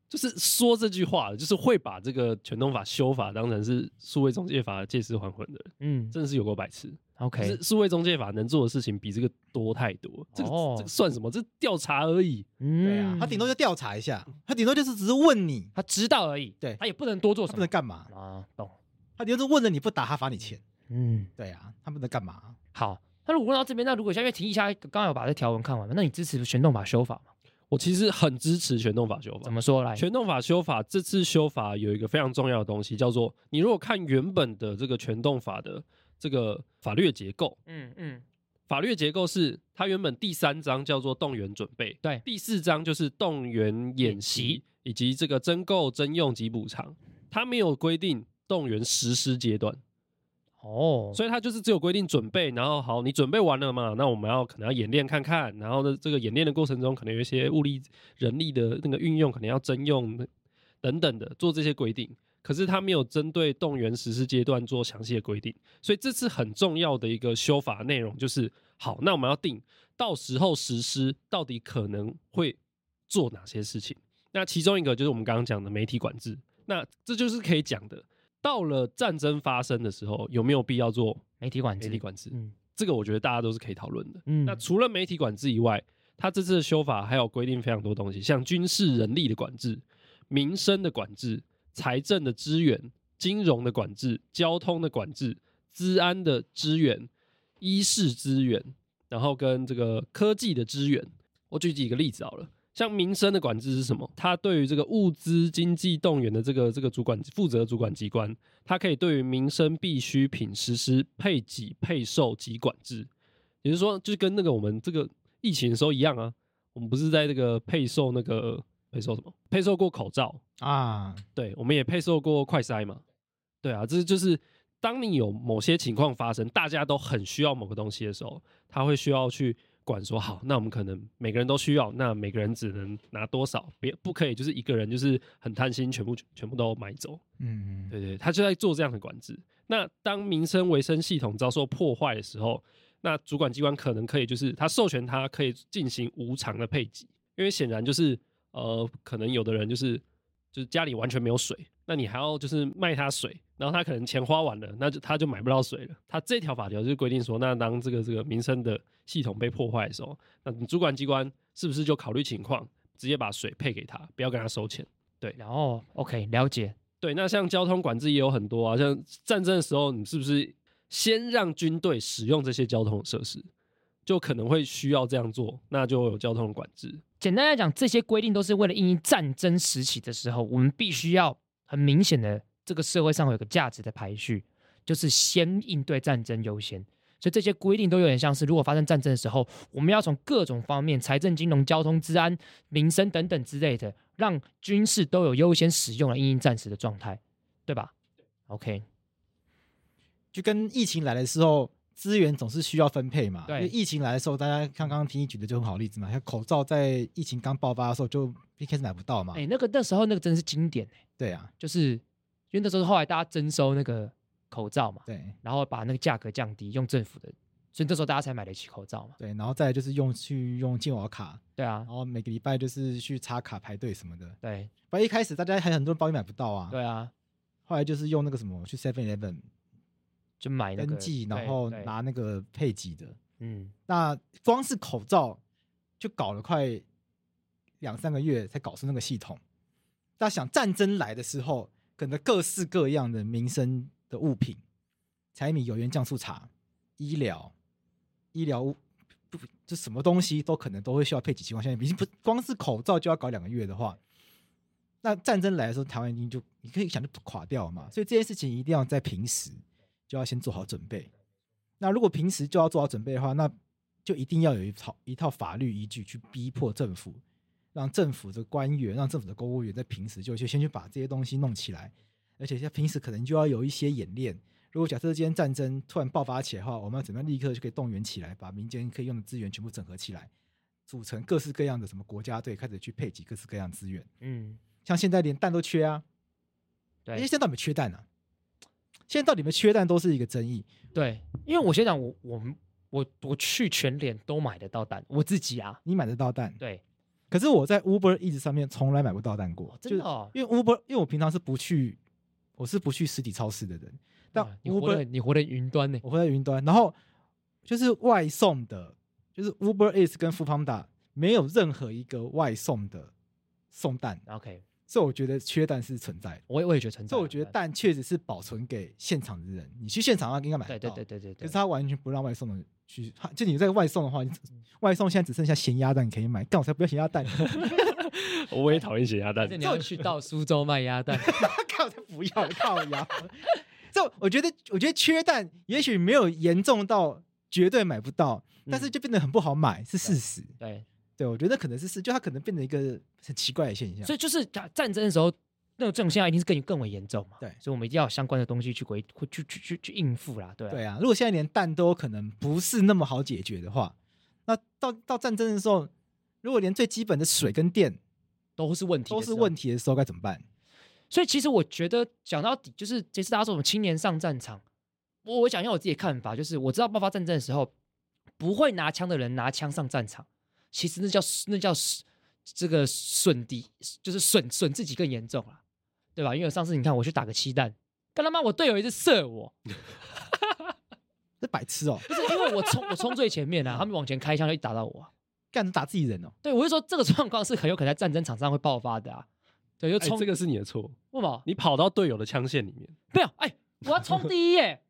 [SPEAKER 4] 就是说这句话的，就是会把这个全动法修法当成是数位中介法借尸还魂的人，
[SPEAKER 3] 嗯
[SPEAKER 4] 真的是有够白痴。可
[SPEAKER 3] ，OK，
[SPEAKER 4] 是数位中介法能做的事情比这个多太多，这个、
[SPEAKER 3] 哦
[SPEAKER 4] 这个算什么？这调查而已。
[SPEAKER 3] 嗯，
[SPEAKER 2] 对啊，他顶多就调查一下，他顶多就是只是问你，
[SPEAKER 3] 他知道而已，
[SPEAKER 2] 对
[SPEAKER 3] 他也不能多做
[SPEAKER 2] 他
[SPEAKER 3] 什
[SPEAKER 2] 不
[SPEAKER 3] 么
[SPEAKER 2] 能干嘛，
[SPEAKER 3] 啊，懂，
[SPEAKER 2] 他顶多是问了你不打他罚你钱。
[SPEAKER 3] 嗯。
[SPEAKER 2] 对啊，他不能干嘛？
[SPEAKER 3] 好，那如果问到这边，那如果像因为提一下，刚刚有把这条文看完嘛，那你支持全动法修法吗？
[SPEAKER 4] 我其实很支持全动法修法
[SPEAKER 3] 怎。么说来？
[SPEAKER 4] 全动法修法这次修法有一个非常重要的东西，叫做你如果看原本的这个全动法的这个法律的结构，
[SPEAKER 3] 嗯嗯，
[SPEAKER 4] 法律的结构是它原本第三章叫做动员准备，
[SPEAKER 3] 对
[SPEAKER 4] 第四章就是动员演
[SPEAKER 3] 演习
[SPEAKER 4] 习以及这个征购、征用及补偿，它没有规定动员实施阶段，
[SPEAKER 3] 哦，
[SPEAKER 4] 所以它就是只有规定准备，然后好，你准备完了嘛？那我们要可能要演练看看，然后呢，这个演练的过程中，可能有一些物力、人力的那个运用，可能要征用等等的，做这些规定。可是它没有针对动员实施阶段做详细的规定，所以这次很重要的一个修法内容就是，好，那我们要定到时候实施到底可能会做哪些事情。那其中一个就是我们刚刚讲的媒体管制，那这就是可以讲的。到了战争发生的时候，有没有必要做
[SPEAKER 3] 媒体管
[SPEAKER 4] 媒
[SPEAKER 3] 制，
[SPEAKER 4] 体管制，
[SPEAKER 3] 嗯
[SPEAKER 4] 这个我觉得大家都是可以讨论的。
[SPEAKER 3] 嗯，
[SPEAKER 4] 那除了媒体管制以外，它这次的修法还有规定非常多东西，像军事人力的管制、民生的管制、财政的支援、金融的管制、交通的管制、治安的支援、医事资源，然后跟这个科技的支援。我举几个例子好了。像民生的管制是什么？它对于这个物资经济动员的这个这个主管负责的主管机关，它可以对于民生必需品实施配给、配售及管制，也就是说，就是跟那个我们这个疫情的时候一样啊，我们不是在这个配售那个配售什么？配售过口罩，
[SPEAKER 2] 啊，
[SPEAKER 4] 对，我们也配售过快筛嘛，对啊，这就是当你有某些情况发生，大家都很需要某个东西的时候，他会需要去管说，好，那我们可能每个人都需要，那每个人只能拿多少，别不可以就是一个人就是很贪心，全部全部都买走。
[SPEAKER 2] 嗯，
[SPEAKER 4] 对对，他就在做这样的管制。那当民生维生系统遭受破坏的时候，那主管机关可能可以就是他授权他可以进行无偿的配给，因为显然就是呃，可能有的人就是就是家里完全没有水，那你还要就是卖他水，然后他可能钱花完了，那就他就买不到水了。他这条法条就是规定说，那当这个这个民生的系统被破坏的时候，那你主管机关是不是就考虑情况，直接把水配给他，不要跟他收钱？
[SPEAKER 3] 然后 OK 了解，
[SPEAKER 4] 对，那像交通管制也有很多啊，像战争的时候，你是不是先让军队使用这些交通设施，就可能会需要这样做，那就有交通管制。
[SPEAKER 3] 简单来讲，这些规定都是为了应应战争时期的时候，我们必须要很明显的这个社会上会有个价值的排序，就是先应对战争优先。所以这些规定都有点像是，如果发生战争的时候，我们要从各种方面，财政、金融、交通、治安、民生等等之类的，让军事都有优先使用来应应战时的状态，对吧？OK，
[SPEAKER 2] 就跟疫情来的时候，资源总是需要分配嘛。
[SPEAKER 3] 对
[SPEAKER 2] 因为疫情来的时候，大家刚刚听你举的就很好的例子嘛，像口罩在疫情刚爆发的时候就一开始买不到嘛。
[SPEAKER 3] 哎、那个那时候那个真的是经典、欸，
[SPEAKER 2] 对啊，
[SPEAKER 3] 就是因为那时候后来大家征收那个口罩嘛，
[SPEAKER 2] 对
[SPEAKER 3] 然后把那个价格降低，用政府的，所以那时候大家才买得起口罩嘛。
[SPEAKER 2] 对，然后再来就是用去用健保卡，
[SPEAKER 3] 对啊
[SPEAKER 2] 然，后每个礼拜就是去插卡排队什么的。
[SPEAKER 3] 对
[SPEAKER 2] 不然一开始大家还很多人包也买不到啊。
[SPEAKER 3] 对啊，
[SPEAKER 2] 后来就是用那个什么去 Seven Eleven
[SPEAKER 3] 就买那个
[SPEAKER 2] 登记，
[SPEAKER 3] 对
[SPEAKER 2] 然后
[SPEAKER 3] 对
[SPEAKER 2] 拿那个配给的。
[SPEAKER 3] 嗯，
[SPEAKER 2] 那光是口罩就搞了快两三个月才搞出那个系统。大家想战争来的时候，可能各式各样的民生的物品，柴米油盐酱醋茶，医疗、医疗物不就什么东西都可能都会需要配给情况下，已经不光是口罩就要搞两个月的话，那战争来的时候，台湾已经就你可以想就垮掉了嘛。所以这件事情一定要在平时就要先做好准备。那如果平时就要做好准备的话，那就一定要有一套一套法律依据去逼迫政府，让政府的官员、让政府的公务员在平时就去先去把这些东西弄起来，而且在平时可能就要有一些演练。如果假设今天战争突然爆发起来的话，我们要怎么样立刻就可以动员起来，把民间可以用的资源全部整合起来，组成各式各样的什么国家队，开始去配给各式各样的资源。
[SPEAKER 3] 嗯，
[SPEAKER 2] 像现在连蛋都缺啊，因为
[SPEAKER 3] 对
[SPEAKER 2] 现在到底有没有缺蛋啊？现在到底有没有缺蛋都是一个争议。
[SPEAKER 3] 嗯对，因为我先讲我我们我我去全联都买得到蛋，我自己啊，
[SPEAKER 2] 你买得到蛋，
[SPEAKER 3] 对，
[SPEAKER 2] 可是我在 Uber Eats 上面从来买不到蛋过，
[SPEAKER 3] 哦真的哦
[SPEAKER 2] 就是因为 Uber，因为我平常是不去，我是不去实体超市的人，但
[SPEAKER 3] 哇你活得
[SPEAKER 2] Uber
[SPEAKER 3] 很你活得很云端呢、
[SPEAKER 2] 我会在云端，然后就是外送的，就是 Uber Eats 跟 Foodpanda 没有任何一个外送的送蛋，
[SPEAKER 3] OK，
[SPEAKER 2] 所以我觉得缺蛋是存在的。
[SPEAKER 3] 我也我也觉得存在，
[SPEAKER 2] 所以我觉得，蛋确实是保存给现场的人，你去现场啊应该买
[SPEAKER 3] 对对
[SPEAKER 2] 得到，
[SPEAKER 3] 对对对
[SPEAKER 2] 可
[SPEAKER 3] 对，
[SPEAKER 2] 是他完全不让外送的去，他就你在外送的话，你外送现在只剩下咸鸭蛋可以买，但我才不要咸鸭蛋，
[SPEAKER 4] *laughs* 我也讨厌血压蛋哎
[SPEAKER 3] 但是你要去到苏州卖鸭
[SPEAKER 2] *laughs*
[SPEAKER 3] 蛋，
[SPEAKER 2] 靠，才不要靠腰。这我觉得，我觉得缺蛋也许没有严重到绝对买不到，但是
[SPEAKER 3] 嗯
[SPEAKER 2] 就变得很不好买，是事实。
[SPEAKER 3] 对，
[SPEAKER 2] 对，我觉得可能是事，就它可能变成一个很奇怪的现象
[SPEAKER 3] 所。以就是打战争的时候，那种这种啊现象一定是更更为严重嘛，
[SPEAKER 2] 对
[SPEAKER 3] 所以我们一定要有相关的东西去规去去去去应付啦，对啊
[SPEAKER 2] 对啊，如果现在连蛋都可能不是那么好解决的话，那到到战争的时候，如果连最基本的水跟电
[SPEAKER 3] 都是问题，
[SPEAKER 2] 都是问题的时候，该怎么办？
[SPEAKER 3] 所以其实我觉得讲到底，就是这次大家说我们青年上战场，我我讲一下我自己的看法，就是我知道爆发战争的时候，不会拿枪的人拿枪上战场，其实那叫那叫这个损敌，就是损损自己更严重了，对吧？因为上次你看我去打个气弹，干他妈我队友一直射我，
[SPEAKER 2] 这白痴哦、
[SPEAKER 3] 不是因为我冲我冲最前面啊，他们往前开枪就一直打到我啊、
[SPEAKER 2] 干打自己人哦、
[SPEAKER 3] 对我就说这个状况是很有可能在战争场上会爆发的啊，对，就
[SPEAKER 4] 哎
[SPEAKER 3] 冲、
[SPEAKER 4] 这个是你的错，
[SPEAKER 3] 为什么？
[SPEAKER 4] 你跑到队友的枪线里面，
[SPEAKER 3] 没有，哎，我要冲第一耶，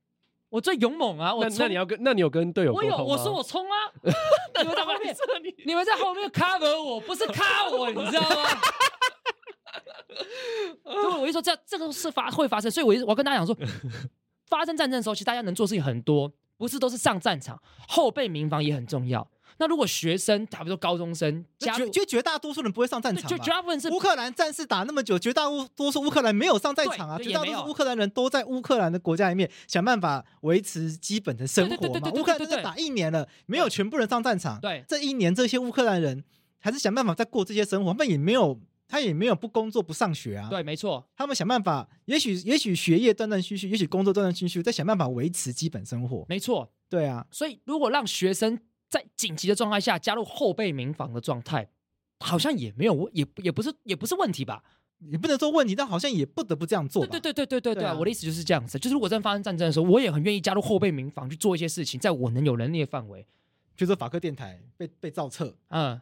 [SPEAKER 3] 我最勇猛啊，我
[SPEAKER 4] *laughs* 那那
[SPEAKER 3] 冲
[SPEAKER 4] 你要跟那你有跟队友沟
[SPEAKER 3] 我
[SPEAKER 4] 通吗
[SPEAKER 3] 有，我说我冲 *laughs* 啊！你们在后面，你们在后面 cover 我，不是 cover *laughs* 我，你知道吗？所以我就说，这样这个是发会发生，所以我一直我要跟大家讲 *laughs* 说，发生战争的时候，其实大家能做事情很多，不是都是上战场，后备民防也很重要。那如果学生，打比如说高中生加入
[SPEAKER 2] 绝，就绝大多数人不会上战
[SPEAKER 3] 对
[SPEAKER 2] 场
[SPEAKER 3] 就
[SPEAKER 2] 嘛
[SPEAKER 3] 绝。大部分是
[SPEAKER 2] 乌克兰战事打那么久，绝大多数乌克兰没有上战场啊，
[SPEAKER 3] 对
[SPEAKER 2] 绝大多
[SPEAKER 3] 也没
[SPEAKER 2] 数
[SPEAKER 3] 有
[SPEAKER 2] 乌克兰人都在乌克兰的国家里面想办法维持基本的生
[SPEAKER 3] 对对
[SPEAKER 2] 活
[SPEAKER 3] 对对
[SPEAKER 2] 嘛。
[SPEAKER 3] 对
[SPEAKER 2] 乌克兰
[SPEAKER 3] 对
[SPEAKER 2] 战
[SPEAKER 3] 对
[SPEAKER 2] 争打一年了，没有全部人上战场，
[SPEAKER 3] 对
[SPEAKER 2] 这一年这些乌克兰人还是想办法在过这些生活，他们也没有他也没有不工作不上学啊，
[SPEAKER 3] 对，没错，
[SPEAKER 2] 他们想办法，也许也许学业断断续续，也许工作断断续续，在想办法维持基本生活。
[SPEAKER 3] 没错。
[SPEAKER 2] 对啊，
[SPEAKER 3] 所以如果让学生在紧急的状态下加入后备民防的状态，好像也没有问，也也不是也不是问题吧？
[SPEAKER 2] 也不能说问题，但好像也不得不这样做吧。
[SPEAKER 3] 对对对对对对
[SPEAKER 2] 对
[SPEAKER 3] 对、
[SPEAKER 2] 啊
[SPEAKER 3] 我的意思就是这样子，就是如果真的发生战争的时候，我也很愿意加入后备民防去做一些事情，在我能有能力的范围。
[SPEAKER 2] 比如说法克电台被被造册，
[SPEAKER 3] 嗯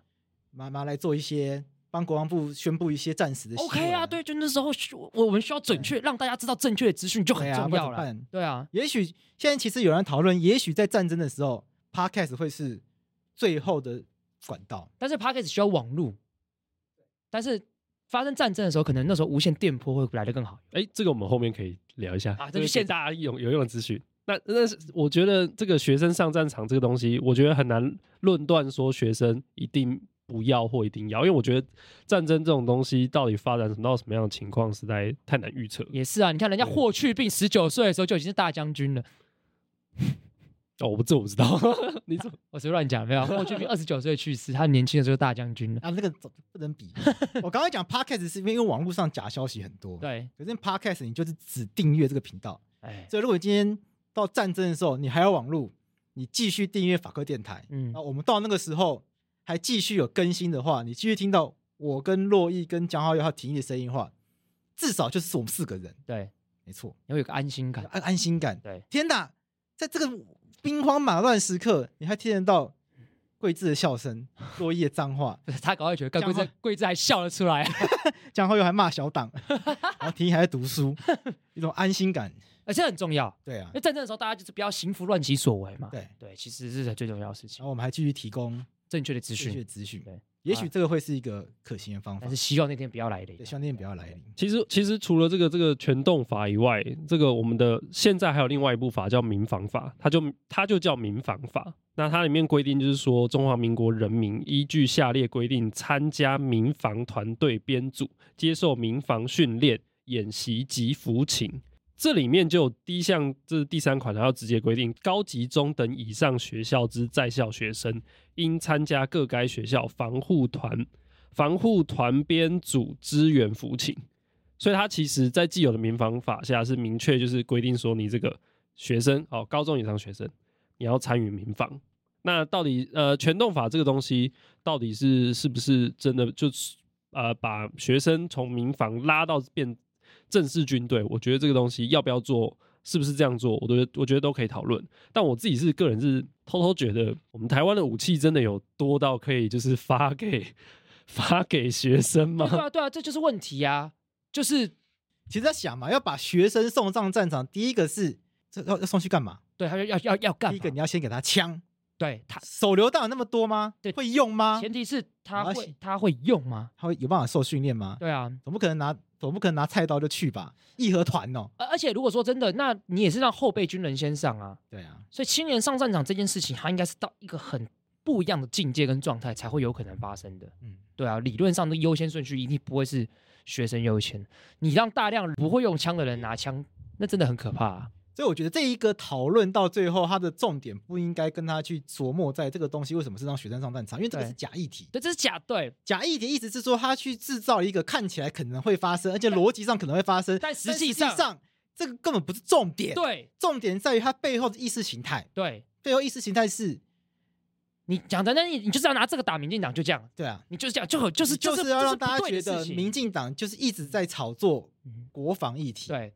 [SPEAKER 2] 妈妈来做一些帮国防部宣布一些战时的新闻
[SPEAKER 3] ，OK 啊，对，，就那时候需我我们需要准确让大家知道正确的资讯就很
[SPEAKER 2] 对啊
[SPEAKER 3] 重
[SPEAKER 2] 不然
[SPEAKER 3] 要
[SPEAKER 2] 怎么
[SPEAKER 3] 了
[SPEAKER 2] 办。
[SPEAKER 3] 对啊，
[SPEAKER 2] 也许现在其实有人讨论，也许在战争的时候，podcast 会是最后的管道。
[SPEAKER 3] 但是 p a c k a g e 需要网路，但是发生战争的时候，可能那时候无线电波会来得更好。
[SPEAKER 4] 哎，这个我们后面可以聊一下
[SPEAKER 3] 啊这就
[SPEAKER 4] 这个
[SPEAKER 3] 现
[SPEAKER 4] 给大家有有用的资讯。那那是我觉得这个学生上战场这个东西，我觉得很难论断说学生一定不要或一定要，因为我觉得战争这种东西到底发展到什么样的情况，实在太难预测。
[SPEAKER 3] 也是啊，你看人家霍去病十九岁的时候就已经是大将军
[SPEAKER 2] *laughs*
[SPEAKER 3] 了，
[SPEAKER 4] 哦，我不这我不知道，你怎么？
[SPEAKER 3] 我随便乱讲没有？霍去病二十九岁去世，他年轻的时候就大将军了。
[SPEAKER 2] 啊，那个总不
[SPEAKER 3] *laughs*
[SPEAKER 2] 能比。我刚才讲 podcast 是因为网络上假消息很多，。
[SPEAKER 3] 对，
[SPEAKER 2] 可是 podcast 你就是只订阅这个频道，
[SPEAKER 3] 哎，
[SPEAKER 2] 所以如果今天到战争的时候，你还有网络，你继续订阅法科电台，
[SPEAKER 3] 嗯
[SPEAKER 2] 那，我们到那个时候还继续有更新的话，你继续听到我跟洛毅跟江浩耀还有婷义的声音的话，至少就是我们四个人，
[SPEAKER 3] 对，
[SPEAKER 2] 没错，
[SPEAKER 3] 你会有个安心感。
[SPEAKER 2] 安安心感。
[SPEAKER 3] 对，
[SPEAKER 2] 天哪，在这个兵荒马乱时刻，你还听得到桂智的笑声、洛毅的脏话，
[SPEAKER 3] *laughs* 他搞快觉得，干
[SPEAKER 2] 讲
[SPEAKER 3] 桂
[SPEAKER 2] 话
[SPEAKER 3] 枝桂枝还笑了出来，
[SPEAKER 2] 江浩耀还骂小党，然后婷义还在读书，一种安心感。
[SPEAKER 3] 而且很重要。
[SPEAKER 2] 对啊
[SPEAKER 3] 因为，战争的时候，大家就是不要行拂乱其所为嘛。
[SPEAKER 2] 对哦
[SPEAKER 3] 对，其实是最重要的事情
[SPEAKER 2] 然后，我们还继续提供
[SPEAKER 3] 正确的资
[SPEAKER 2] 正确
[SPEAKER 3] 讯。
[SPEAKER 2] 的资讯
[SPEAKER 3] 对。
[SPEAKER 2] 也许这个会是一个可行的方法
[SPEAKER 3] 但是，希望那天不要来临
[SPEAKER 2] 对，。希望那天不要来临。
[SPEAKER 4] 其实其实除了这个这个全动法以外，这个我们的现在还有另外一部法叫民防法，它就它就叫民防法。那它里面规定就是说，中华民国人民依据下列规定参加民防团队编组，接受民防训练、演习及服勤。这里面就有第一项，这是第三款，它要直接规定，高级中等以上学校之在校学生应参加各该学校防护团、防护团编组支援服勤。所以它其实在既有的民防法下是明确就是规定说，你这个学生哦，高中以上学生，你要参与民防。那到底呃，全动法这个东西到底是是不是真的就是呃把学生从民防拉到变正式军队？我觉得这个东西要不要做，是不是这样做，我都我觉得都可以讨论。但我自己是个人是偷偷觉得，我们台湾的武器真的有多到可以就是发给发给学生吗？
[SPEAKER 3] 对啊，对啊，这就是问题啊！就是
[SPEAKER 2] 其实在想嘛，要把学生送上战场，第一个是这要要送去干嘛？
[SPEAKER 3] 对，他就要要要干
[SPEAKER 2] 第一
[SPEAKER 3] 嘛
[SPEAKER 2] 个你要先给他枪，
[SPEAKER 3] 对他，
[SPEAKER 2] 手榴弹有那么多吗
[SPEAKER 3] 对？
[SPEAKER 2] 会用吗？
[SPEAKER 3] 前提是他
[SPEAKER 2] 我要
[SPEAKER 3] 会
[SPEAKER 2] 写
[SPEAKER 3] 他会用吗？
[SPEAKER 2] 他会有办法受训练吗？
[SPEAKER 3] 对啊，
[SPEAKER 2] 总不可能拿总不可能拿菜刀就去吧？义和团哦，
[SPEAKER 3] 而而且如果说真的，那你也是让后备军人先上啊。
[SPEAKER 2] 对啊，
[SPEAKER 3] 所以青年上战场这件事情，它应该是到一个很不一样的境界跟状态才会有可能发生的。
[SPEAKER 2] 嗯，
[SPEAKER 3] 对啊，理论上的优先顺序一定不会是学生优先。你让大量不会用枪的人拿枪，那真的很可怕、啊。
[SPEAKER 2] 所以我觉得这一个讨论到最后，它的重点不应该跟他去琢磨在这个东西为什么是让学生上战场，因为这个
[SPEAKER 3] 对
[SPEAKER 2] 是假议题。
[SPEAKER 3] 对，这是假对，
[SPEAKER 2] 假议题意思是说他去制造一个看起来可能会发生，而且逻辑上可能会发生，
[SPEAKER 3] 但
[SPEAKER 2] 实
[SPEAKER 3] 实际
[SPEAKER 2] 际
[SPEAKER 3] 上
[SPEAKER 2] 上这个根本不是重点。，
[SPEAKER 3] 对
[SPEAKER 2] 重点在于它背后的意识形态。
[SPEAKER 3] 对。
[SPEAKER 2] 背后意识形态是，
[SPEAKER 3] 你讲的那你你就是要拿这个打民进党，就这样，
[SPEAKER 2] 对啊，
[SPEAKER 3] 你就是这样，就很就是
[SPEAKER 2] 就
[SPEAKER 3] 这
[SPEAKER 2] 要
[SPEAKER 3] 这
[SPEAKER 2] 让
[SPEAKER 3] 不
[SPEAKER 2] 大家
[SPEAKER 3] 对
[SPEAKER 2] 觉
[SPEAKER 3] 的
[SPEAKER 2] 得
[SPEAKER 3] 事情
[SPEAKER 2] 民进党就是一直在炒作
[SPEAKER 3] 嗯
[SPEAKER 2] 国防议题。，
[SPEAKER 3] 对，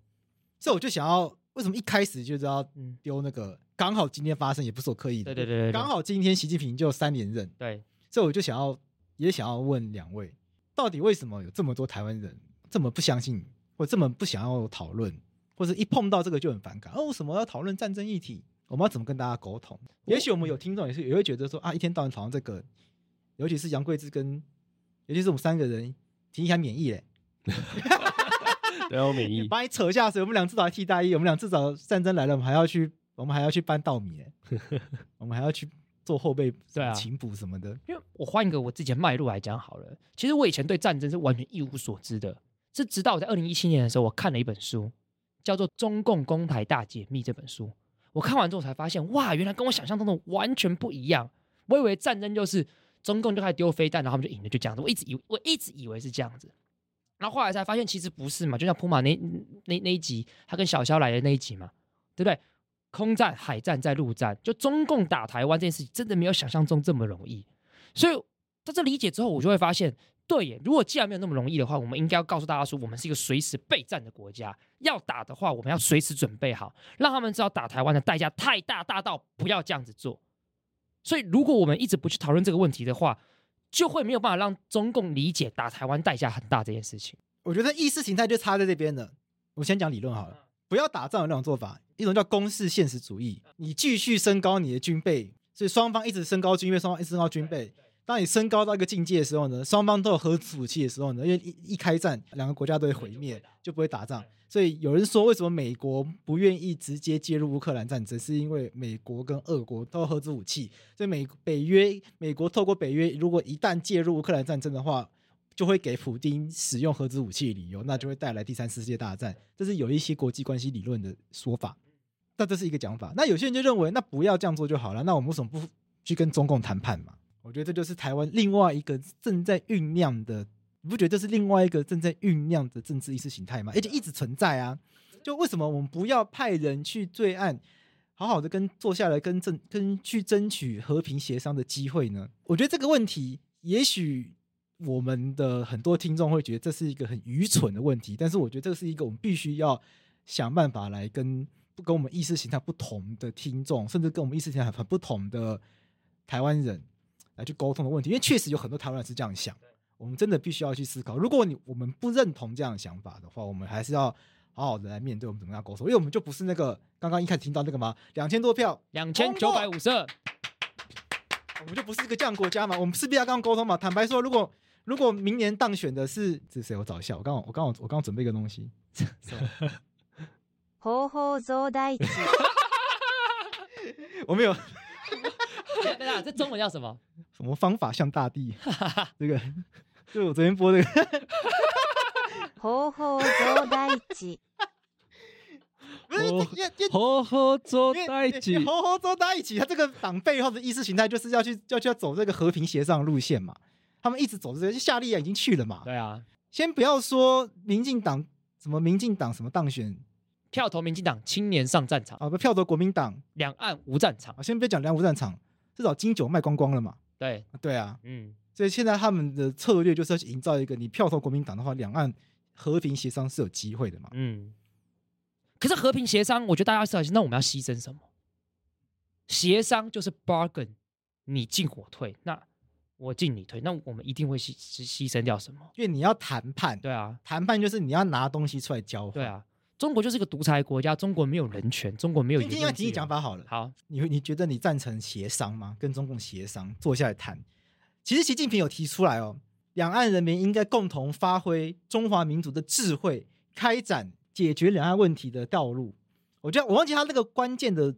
[SPEAKER 2] 所以我就想要，为什么一开始就知道
[SPEAKER 3] 嗯，
[SPEAKER 2] 丢那个？刚好今天发生，也不是我刻意的。
[SPEAKER 3] 对对对对对
[SPEAKER 2] 刚好今天习近平就三连任，
[SPEAKER 3] 对，
[SPEAKER 2] 所以我就想要，也想要问两位，到底为什么有这么多台湾人这么不相信，或这么不想要讨论，或者一碰到这个就很反感？哦，为什么要讨论战争议题？我们要怎么跟大家沟通？也许我们有听众也是也会觉得说啊，一天到晚讨论这个，尤其是杨贵志跟，尤其是我们三个人，提一下免疫嘞，
[SPEAKER 4] 然后
[SPEAKER 2] *laughs*
[SPEAKER 4] 免疫
[SPEAKER 2] 把你扯下水，我们俩至少还替代一，我们俩至少战争来了，我们还要去，我们还要去搬稻米嘞，我们还要去做后备
[SPEAKER 3] 对啊
[SPEAKER 2] 勤补什么的，
[SPEAKER 3] 因为我换一个我自己的脉络来讲好了，其实我以前对战争是完全一无所知的，是直到我在二零一七年的时候，我看了一本书，叫做《中共公台大解密》这本书。我看完之后才发现，哇，原来跟我想象中的完全不一样。我以为战争就是中共就开始丢飞弹，然后他们就赢了，就这样子。我一直以为我一直以为是这样子，然后后来才发现其实不是嘛。就像普马那那那一集，他跟小肖来的那一集嘛，对不对？空战、海战再陆战，就中共打台湾这件事情，真的没有想象中这么容易。所以在这理解之后，我就会发现，对耶，如果既然没有那么容易的话，我们应该要告诉大家说，我们是一个随时备战的国家，要打的话，我们要随时准备好，让他们知道打台湾的代价太大，大到不要这样子做。所以，如果我们一直不去讨论这个问题的话，就会没有办法让中共理解打台湾代价很大这件事情。
[SPEAKER 2] 我觉得意识形态就差在这边了。我先讲理论好了，不要打仗有两种做法，一种叫公式现实主义，你继续升高你的军备，所以双方一直升高军备，双方一直升高军备。当你升高到一个境界的时候呢，双方都有核子武器的时候呢，因为一一开战，两个国家都会毁灭，就不会打仗。所以有人说，为什么美国不愿意直接介入乌克兰战争，是因为美国跟俄国都有核子武器，所以美北约美国透过北约，如果一旦介入乌克兰战争的话，就会给普丁使用核子武器的理由，那就会带来第三次世界大战。这是有一些国际关系理论的说法，那这是一个讲法。那有些人就认为，那不要这样做就好了。那我们为什么不去跟中共谈判嘛？我觉得这就是台湾另外一个正在酝酿的，你不觉得这是另外一个正在酝酿的政治意识形态吗？而且一直存在啊。就为什么我们不要派人去对岸，好好的跟坐下来跟争跟去争取和平协商的机会呢？我觉得这个问题，也许我们的很多听众会觉得这是一个很愚蠢的问题，但是我觉得这是一个我们必须要想办法来跟不跟我们意识形态不同的听众，甚至跟我们意识形态很不同的台湾人来去沟通的问题，因为确实有很多台湾人是这样想。我们真的必须要去思考，如果你我们不认同这样的想法的话，我们还是要好好的来面对我们怎么样沟通，因为我们就不是那个刚刚一开始听到那个嘛，两千多票，
[SPEAKER 3] 两千九百五十二，
[SPEAKER 2] 我们就不是一个这样的国家嘛，我们势必要跟他们沟通嘛。坦白说，如果如果明年当选的是是谁？我找一下，我刚好我刚好我刚好准备一个东西，
[SPEAKER 8] 方法増大値
[SPEAKER 2] 我没有
[SPEAKER 3] *laughs* 等一啊下这中文叫什么？
[SPEAKER 2] 什么方法像大 *laughs* 地，这个就我昨天播的、这个，
[SPEAKER 8] 方法増大値
[SPEAKER 2] *laughs* 不是
[SPEAKER 4] 哦
[SPEAKER 2] 因为
[SPEAKER 4] *laughs*
[SPEAKER 2] 因为
[SPEAKER 4] 呵呵，做
[SPEAKER 2] 因
[SPEAKER 4] 代
[SPEAKER 2] 为
[SPEAKER 4] 际
[SPEAKER 2] *laughs* 因为猴猴周在一起，他这个党背后的意识形态就是要去要去要走这个和平协商路线嘛。他们一直走这个，就夏利亚已经去了嘛。
[SPEAKER 3] 对啊，
[SPEAKER 2] 先不要说民进党什么民进党什么当选
[SPEAKER 3] 票投民进党，青年上战场，
[SPEAKER 2] 啊，不票投国民党
[SPEAKER 3] 两岸无战场。
[SPEAKER 2] 啊，先别讲两无战场，至少金九卖光光了嘛。
[SPEAKER 3] 对，
[SPEAKER 2] 啊对啊，
[SPEAKER 3] 嗯，
[SPEAKER 2] 所以现在他们的策略就是要去营造一个，你票投国民党的话，两岸和平协商是有机会的嘛。
[SPEAKER 3] 嗯，可是和平协商，我觉得大家要小心。那我们要牺牲什么？协商就是 bargain，你进我退，那我进你退，那我们一定会牺牺牺牲掉什么？
[SPEAKER 2] 因为你要谈判，
[SPEAKER 3] 对啊，
[SPEAKER 2] 谈判就是你要拿东西出来交换。
[SPEAKER 3] 对，啊，中国就是个独裁国家，中国没有人权，中国没有
[SPEAKER 2] 今
[SPEAKER 3] 言
[SPEAKER 2] 天要
[SPEAKER 3] 论
[SPEAKER 2] 提
[SPEAKER 3] 自
[SPEAKER 2] 议
[SPEAKER 3] 由。
[SPEAKER 2] 讲法好了。
[SPEAKER 3] 好，
[SPEAKER 2] 你你觉得你赞成协商吗？跟中共协商，坐下来谈。其实习近平有提出来哦，两岸人民应该共同发挥中华民族的智慧，开展解决两岸问题的道路。我觉得我忘记他那个关键的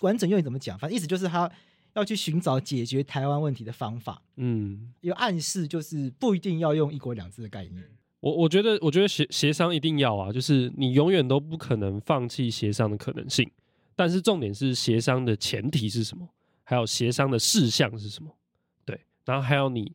[SPEAKER 2] 完整用语怎么讲，反正意思就是他要去寻找解决台湾问题的方法。
[SPEAKER 4] 嗯，
[SPEAKER 2] 有暗示就是不一定要用“一国两制”的概
[SPEAKER 3] 嗯
[SPEAKER 2] 念，
[SPEAKER 4] 我我觉得，我觉得协协商一定要啊，就是你永远都不可能放弃协商的可能性。但是重点是协商的前提是什么，还有协商的事项是什么，对，然后还有你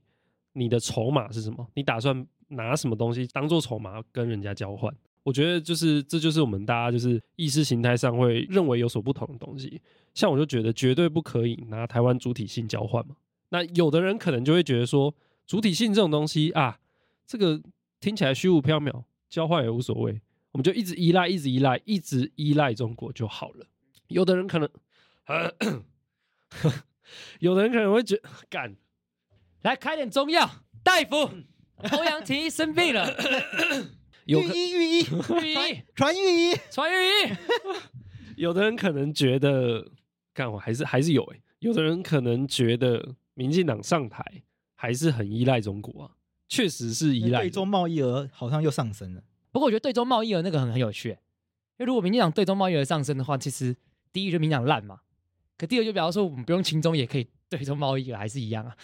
[SPEAKER 4] 你的筹码是什么，你打算拿什么东西当做筹码跟人家交换？我觉得就是这就是我们大家就是意识形态上会认为有所不同的东西。像我就觉得绝对不可以拿台湾主体性交换嘛。那有的人可能就会觉得说，主体性这种东西啊，这个听起来虚无缥缈，交换也无所谓，我们就一直依赖，一直依赖，一直依赖中国就好了。有的人可能， *coughs* 有的人可能会觉得干，
[SPEAKER 3] 来开点中药，大夫，
[SPEAKER 2] 嗯 *laughs*
[SPEAKER 3] 欧阳婷一生病了，
[SPEAKER 4] 有
[SPEAKER 2] 御
[SPEAKER 4] 可 *laughs*
[SPEAKER 2] 医御
[SPEAKER 3] 御
[SPEAKER 2] 医
[SPEAKER 3] 医，
[SPEAKER 2] 传御医，
[SPEAKER 3] 传御医，
[SPEAKER 4] 有的人可能觉得，干我还是还是有诶、欸有的人可能觉得民进党上台还是很依赖中国啊，确实是依赖
[SPEAKER 2] 对中贸易额好像又上升了。
[SPEAKER 3] 不过我觉得对中贸易额那个很很有趣，因为如果民进党对中贸易额上升的话，其实第一就民进党烂嘛，可第二就比方说我们不用亲中也可以对中贸易了，还是一样啊。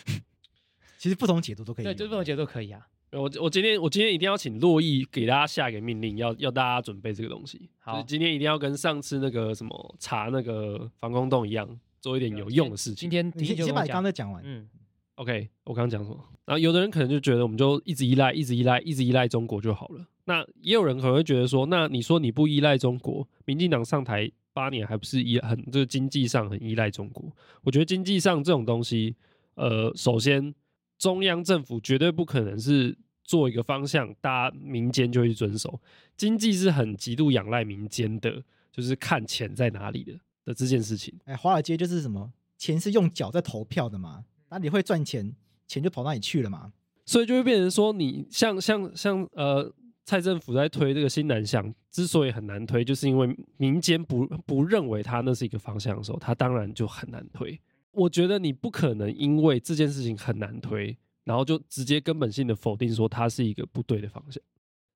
[SPEAKER 2] 其实不同解读都可以。
[SPEAKER 3] 对，就这种节奏可以啊。
[SPEAKER 4] 我我今天我今天一定要请洛毅给大家下一个命令，要要大家准备这个东西。
[SPEAKER 3] 好
[SPEAKER 4] 就是今天一定要跟上次那个什么查那个防空洞一样，做一点有用的事情
[SPEAKER 3] 啊今。天
[SPEAKER 2] 你
[SPEAKER 3] 的确
[SPEAKER 2] 先
[SPEAKER 3] 就
[SPEAKER 2] 先
[SPEAKER 3] 跟
[SPEAKER 2] 把
[SPEAKER 3] 我
[SPEAKER 2] 你刚
[SPEAKER 3] 讲，
[SPEAKER 2] 刚的讲完。
[SPEAKER 3] 嗯，
[SPEAKER 4] OK，我刚刚讲什么？然后有的人可能就觉得，我们就一直依赖，一直依赖，一直依赖中国就好了。那也有人可能会觉得说，那你说你不依赖中国，民进党上台八年还不是依很就是经济上很依赖中国？我觉得经济上这种东西，呃，首先中央政府绝对不可能是做一个方向，大家民间就会去遵守。经济是很极度仰赖民间的，就是看钱在哪里的的这件事情。
[SPEAKER 2] 哎，华尔街就是什么？钱是用脚在投票的嘛，哪里会赚钱，钱就跑那里去了嘛。
[SPEAKER 4] 所以就会变成说你，像像像呃，蔡政府在推这个新南向，之所以很难推，就是因为民间不不认为它那是一个方向的时候，它当然就很难推。我觉得你不可能因为这件事情很难推，然后就直接根本性的否定说它是一个不对的方向。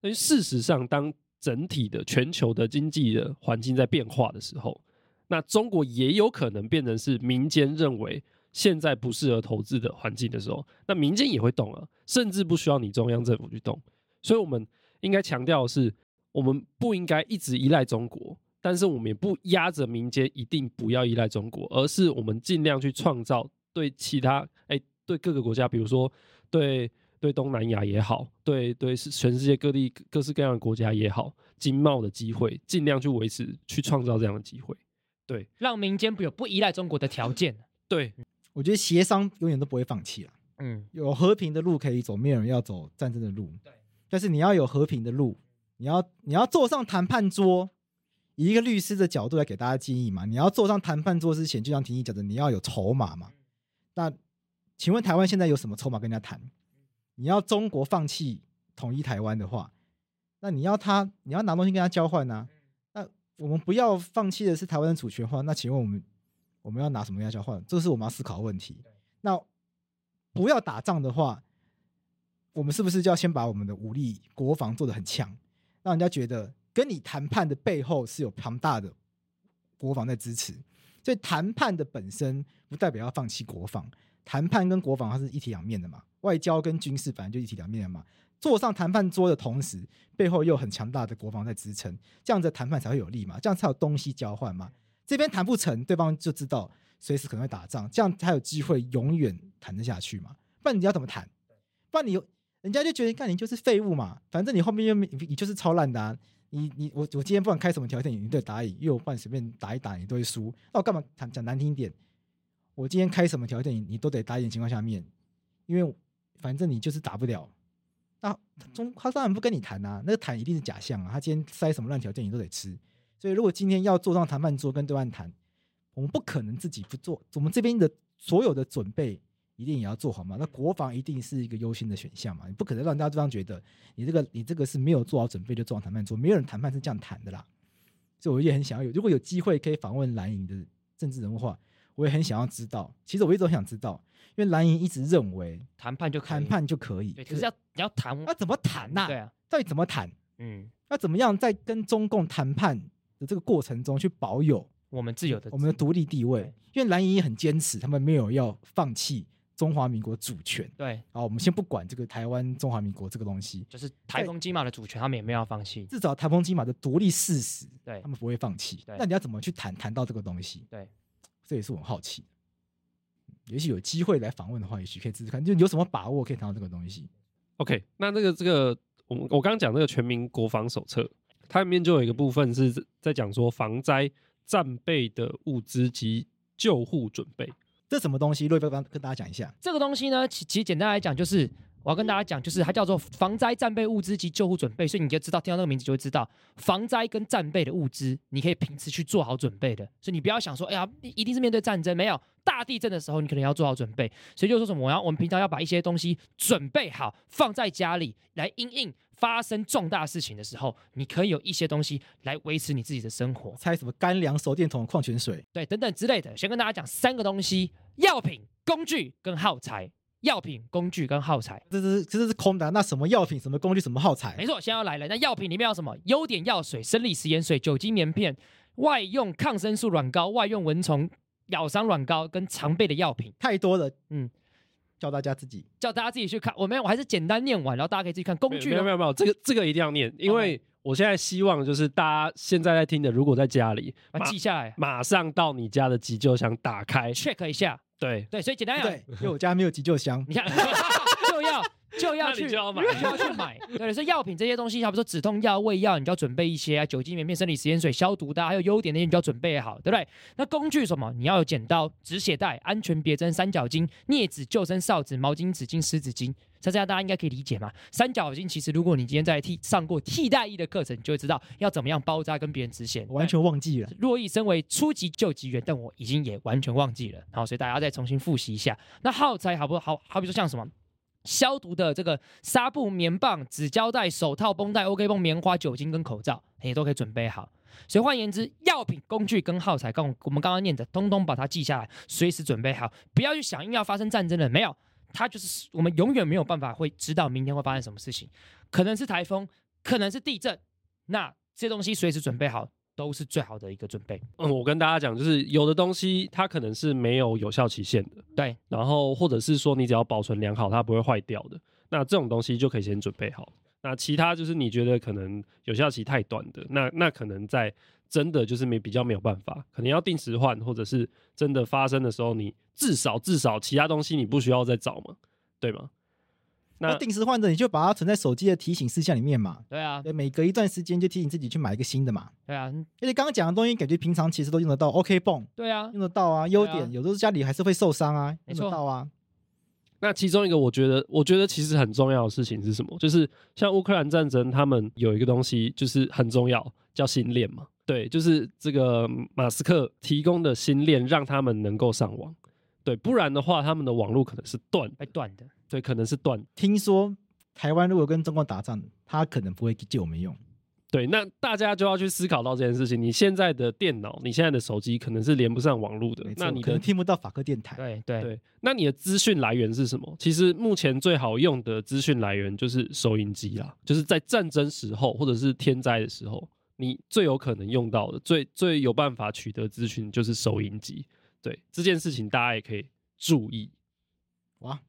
[SPEAKER 4] 因为事实上，当整体的全球的经济的环境在变化的时候，那中国也有可能变成是民间认为现在不适合投资的环境的时候，那民间也会动啊，甚至不需要你中央政府去动。所以，我们应该强调的是，我们不应该一直依赖中国，但是我们也不压着民间一定不要依赖中国，而是我们尽量去创造对其他哎、对各个国家，比如说对对东南亚也好，对对是全世界各地各式各样的国家也好，经贸的机会，尽量去维持去创造这样的机会。
[SPEAKER 3] 让民间不有不依赖中国的条件。
[SPEAKER 4] 对，
[SPEAKER 2] 我觉得协商永远都不会放弃啦，
[SPEAKER 3] 嗯，
[SPEAKER 2] 有和平的路可以走，没有人要走战争的路。对，但是你要有和平的路，你要你要坐上谈判桌，以一个律师的角度来给大家建议嘛。你要坐上谈判桌之前，就像婷婷讲的，你要有筹码嘛。那请问台湾现在有什么筹码跟人家谈？你要中国放弃统一台湾的话，那你要他你要拿东西跟他交换呐、那我们不要放弃的是台湾的主权的话，那请问我们我们要拿什么跟他交换？这是我们要思考的问题。那不要打仗的话，我们是不是就要先把我们的武力国防做得很强，让人家觉得跟你谈判的背后是有庞大的国防在支持？所以谈判的本身不代表要放弃国防，谈判跟国防它是一体两面的嘛，外交跟军事本来就一体两面的嘛。坐上谈判桌的同时，背后又有很强大的国防在支撑，这样子谈判才会有利嘛，这样才有东西交换嘛。这边谈不成，对方就知道随时可能会打仗，这样才有机会永远谈得下去嘛。不然你要怎么谈？不然你人家就觉得，干你就是废物嘛，反正你后面又没你你就是超烂的、啊。你你我我今天不管开什么条件，你都得打赢，因为我不然随便打一打你都会输。那我干嘛谈讲难听一点？我今天开什么条件，你你都得打赢的情况下面，因为反正你就是打不了。那他中他当然不跟你谈啊，那个谈一定是假象啊。他今天塞什么烂条件，你都得吃。所以如果今天要坐上谈判桌跟对岸谈，我们不可能自己不做，我们这边的所有的准备一定也要做好嘛。那
[SPEAKER 3] 嗯
[SPEAKER 2] 国防一定是一个优先的选项嘛，你不可能让大家这样觉得，你这个你这个是没有做好准备就坐上谈判桌，没有人谈判是这样谈的啦。所以我也很想要有，如果有机会可以访问蓝营的政治人物的话，我也很想要知道。其实我一直都很想知道，因为蓝营一直认为
[SPEAKER 3] 谈判就可以
[SPEAKER 2] 谈，判就可以，
[SPEAKER 3] 对，可是要你要谈，
[SPEAKER 2] 那怎么谈呐、
[SPEAKER 3] 对啊，
[SPEAKER 2] 到底怎么谈？
[SPEAKER 3] 嗯，
[SPEAKER 2] 要怎么样在跟中共谈判的这个过程中去保有
[SPEAKER 3] 我们自由哎的
[SPEAKER 2] 我们的独立地位
[SPEAKER 3] 对？
[SPEAKER 2] 因为蓝营也很坚持，他们没有要放弃中华民国主权。
[SPEAKER 3] 对，
[SPEAKER 2] 好，我们先不管这个台湾中华民国这个东西，
[SPEAKER 3] 就是台风金马的主权，他们也没有要放弃。
[SPEAKER 2] 至少台风金马的独立事实，
[SPEAKER 3] 对
[SPEAKER 2] 他，们不会放弃。
[SPEAKER 3] 对
[SPEAKER 2] 那你要怎么去谈谈到这个东西？
[SPEAKER 3] 对，
[SPEAKER 2] 这也是我很好奇的。也许有机会来访问的话，也许可以试试看，就你有什么把握可以谈到这个东西？
[SPEAKER 4] OK，那这个这个，我们我刚刚讲这个《全民国防手册》，它里面就有一个部分是在讲说防灾战备的物资及救护准备。
[SPEAKER 2] 这什么东西？瑞贝帮跟大家讲一下。
[SPEAKER 3] 这个东西呢，其其实简单来讲，就是我要跟大家讲，就是它叫做防灾战备物资及救护准备，所以你就知道听到那个名字就会知道，防灾跟战备的物资，你可以平时去做好准备的，所以你不要想说，哎呀，一定是面对战争，没有大地震的时候，你可能要做好准备，所以就是说什么，我要我们平常要把一些东西准备好，放在家里来应应发生重大事情的时候，你可以有一些东西来维持你自己的生活，
[SPEAKER 2] 猜什么干粮、手电筒、矿泉水。
[SPEAKER 3] 对，等等之类的。先跟大家讲三个东西：药品、工具跟耗材。药品、工具跟耗材。
[SPEAKER 2] 这是这是空的啊、那什么药品、什么工具、什么耗材
[SPEAKER 3] 没，错，现在要来了。那药品里面有什么？优碘药水、生理食盐水、酒精棉片、外用抗生素软膏、外用蚊虫咬伤软膏跟常备的药品，
[SPEAKER 2] 太多了，
[SPEAKER 3] 嗯，
[SPEAKER 2] 叫大家自己
[SPEAKER 3] 叫大家自己去看。我没有，我还是简单念完，然后大家可以自己看工具哦
[SPEAKER 4] 没有没
[SPEAKER 3] 呢。
[SPEAKER 4] 有没有，这个这个一定要念，因为我现在希望就是大家现在在听的，如果在家里，
[SPEAKER 3] 把
[SPEAKER 4] 马
[SPEAKER 3] 啊它记下来
[SPEAKER 4] 马上到你家的急救箱打开，
[SPEAKER 3] ，check 一下。
[SPEAKER 4] 对，
[SPEAKER 3] 对，所以简单
[SPEAKER 2] 不
[SPEAKER 3] 讲，
[SPEAKER 2] 对，因为我家没有急救箱
[SPEAKER 3] 你，看 *laughs* 就要就要
[SPEAKER 4] 那你
[SPEAKER 3] 去
[SPEAKER 4] 就要买
[SPEAKER 3] 就要去买。对，所以药品这些东西，好比说止痛药、胃药，你就要准备一些啊；酒精棉片、生理食盐水、消毒的啊、还有优点那些你就要准备好，对不对？那工具什么？你要有剪刀、止血带、安全别针、三角巾、镊子、救生哨子、毛巾、纸巾、湿纸巾。像这样大家应该可以理解嘛？三角巾其实，如果你今天在替上过替代役的课程，你就会知道要怎么样包扎跟别人止血。
[SPEAKER 2] 我完全忘记了。
[SPEAKER 3] 若意身为初级救急员，但我已经也完全忘记了，好，所以大家再重新复习一下。那耗材好不好？好比说像什么？消毒的这个纱布、棉棒、纸胶带、手套、绷带、OK 绷、棉花、酒精跟口罩，也都可以准备好。所以换言之，药品、工具跟耗材，刚我们刚刚念的，通通把它记下来，随时准备好，不要去想硬要发生战争了，没有，它就是我们永远没有办法会知道明天会发生什么事情，可能是台风，可能是地震，那这些东西随时准备好，都是最好的一个准备。
[SPEAKER 4] 嗯，我跟大家讲，就是有的东西它可能是没有有效期限的，
[SPEAKER 3] 对，
[SPEAKER 4] 然后或者是说你只要保存良好，它不会坏掉的，那这种东西就可以先准备好。那其他就是你觉得可能有效期太短的，那那可能在真的就是没比较没有办法，可能要定时换，或者是真的发生的时候，你至少至少其他东西你不需要再找嘛，对吗？那
[SPEAKER 2] 那定时换的，你就把它存在手机的提醒事项里面嘛。
[SPEAKER 3] 对啊，
[SPEAKER 2] 对，每隔一段时间就提醒自己去买一个新的嘛。
[SPEAKER 3] 对啊，嗯
[SPEAKER 2] 而且刚刚讲的东西，感觉平常其实都用得到。OK 泵
[SPEAKER 3] 对啊，
[SPEAKER 2] 用得到啊，优
[SPEAKER 3] 对啊
[SPEAKER 2] 点有时候家里还是会受伤啊，
[SPEAKER 3] 没
[SPEAKER 2] 用
[SPEAKER 3] 错
[SPEAKER 2] 得到啊。
[SPEAKER 4] 那其中一个，我觉得，我觉得其实很重要的事情是什么？就是像乌克兰战争，他们有一个东西就是很重要，叫新链嘛。对，就是这个马斯克提供的新链，让他们能够上网。对，不然的话，他们的网络可能是断，
[SPEAKER 3] 被断的，
[SPEAKER 4] 对，可能是断。
[SPEAKER 2] 听说台湾如果跟中国打仗，他可能不会借我们用。
[SPEAKER 4] 对，那大家就要去思考到这件事情。你现在的电脑，你现在的手机可能是连不上网络的
[SPEAKER 2] 没，错
[SPEAKER 4] 那你
[SPEAKER 2] 可
[SPEAKER 4] 的
[SPEAKER 2] 能听不到法科电台。
[SPEAKER 3] 对对
[SPEAKER 4] 对，那你的资讯来源是什么？其实目前最好用的资讯来源就是收音机啦，就是在战争时候或者是天灾的时候，你最有可能用到的、最最有办法取得资讯就是收音机。对这件事情，大家也可以注意。
[SPEAKER 2] 哇，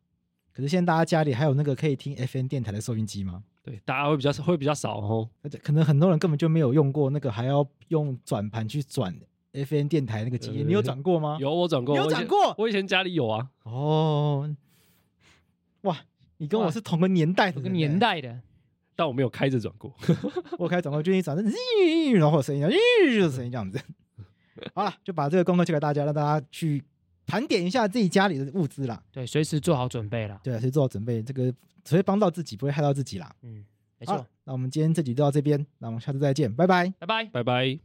[SPEAKER 2] 可是现在大家家里还有那个可以听 FN 电台的收音机吗？
[SPEAKER 4] 对，大家会比较会比较少哦。
[SPEAKER 2] 而且可能很多人根本就没有用过那个，还要用转盘去转 FN 电台那个经
[SPEAKER 4] 对对
[SPEAKER 2] 验。
[SPEAKER 4] 对
[SPEAKER 2] 你有转过吗？
[SPEAKER 4] 有我转过，
[SPEAKER 2] 啊你有
[SPEAKER 4] 我以
[SPEAKER 2] 转
[SPEAKER 4] 前
[SPEAKER 2] 过
[SPEAKER 4] 我以前家里有啊。
[SPEAKER 2] 哦，哇，你跟我
[SPEAKER 3] 哇
[SPEAKER 2] 是同个年代的
[SPEAKER 3] 有
[SPEAKER 2] 人
[SPEAKER 3] 个
[SPEAKER 2] 欸，
[SPEAKER 3] 年代的，
[SPEAKER 4] 但我没有开着转过，
[SPEAKER 2] *laughs*
[SPEAKER 4] *laughs*
[SPEAKER 2] 我开转过去一转，咦，然后有声音，咦，有声音这样子。 *laughs* 好了，就把这个功课交给大家，让大家去盘点一下自己家里的物资啦。
[SPEAKER 3] 对，随时做好准备了，
[SPEAKER 2] 对啊，所以做好准备，这个只会帮到自己，不会害到自己啦。
[SPEAKER 3] 嗯，没
[SPEAKER 2] 没
[SPEAKER 3] 错，，
[SPEAKER 2] 那我们今天这集就到这边，那我们下次再见，拜拜。
[SPEAKER 3] 拜拜。
[SPEAKER 4] 拜拜。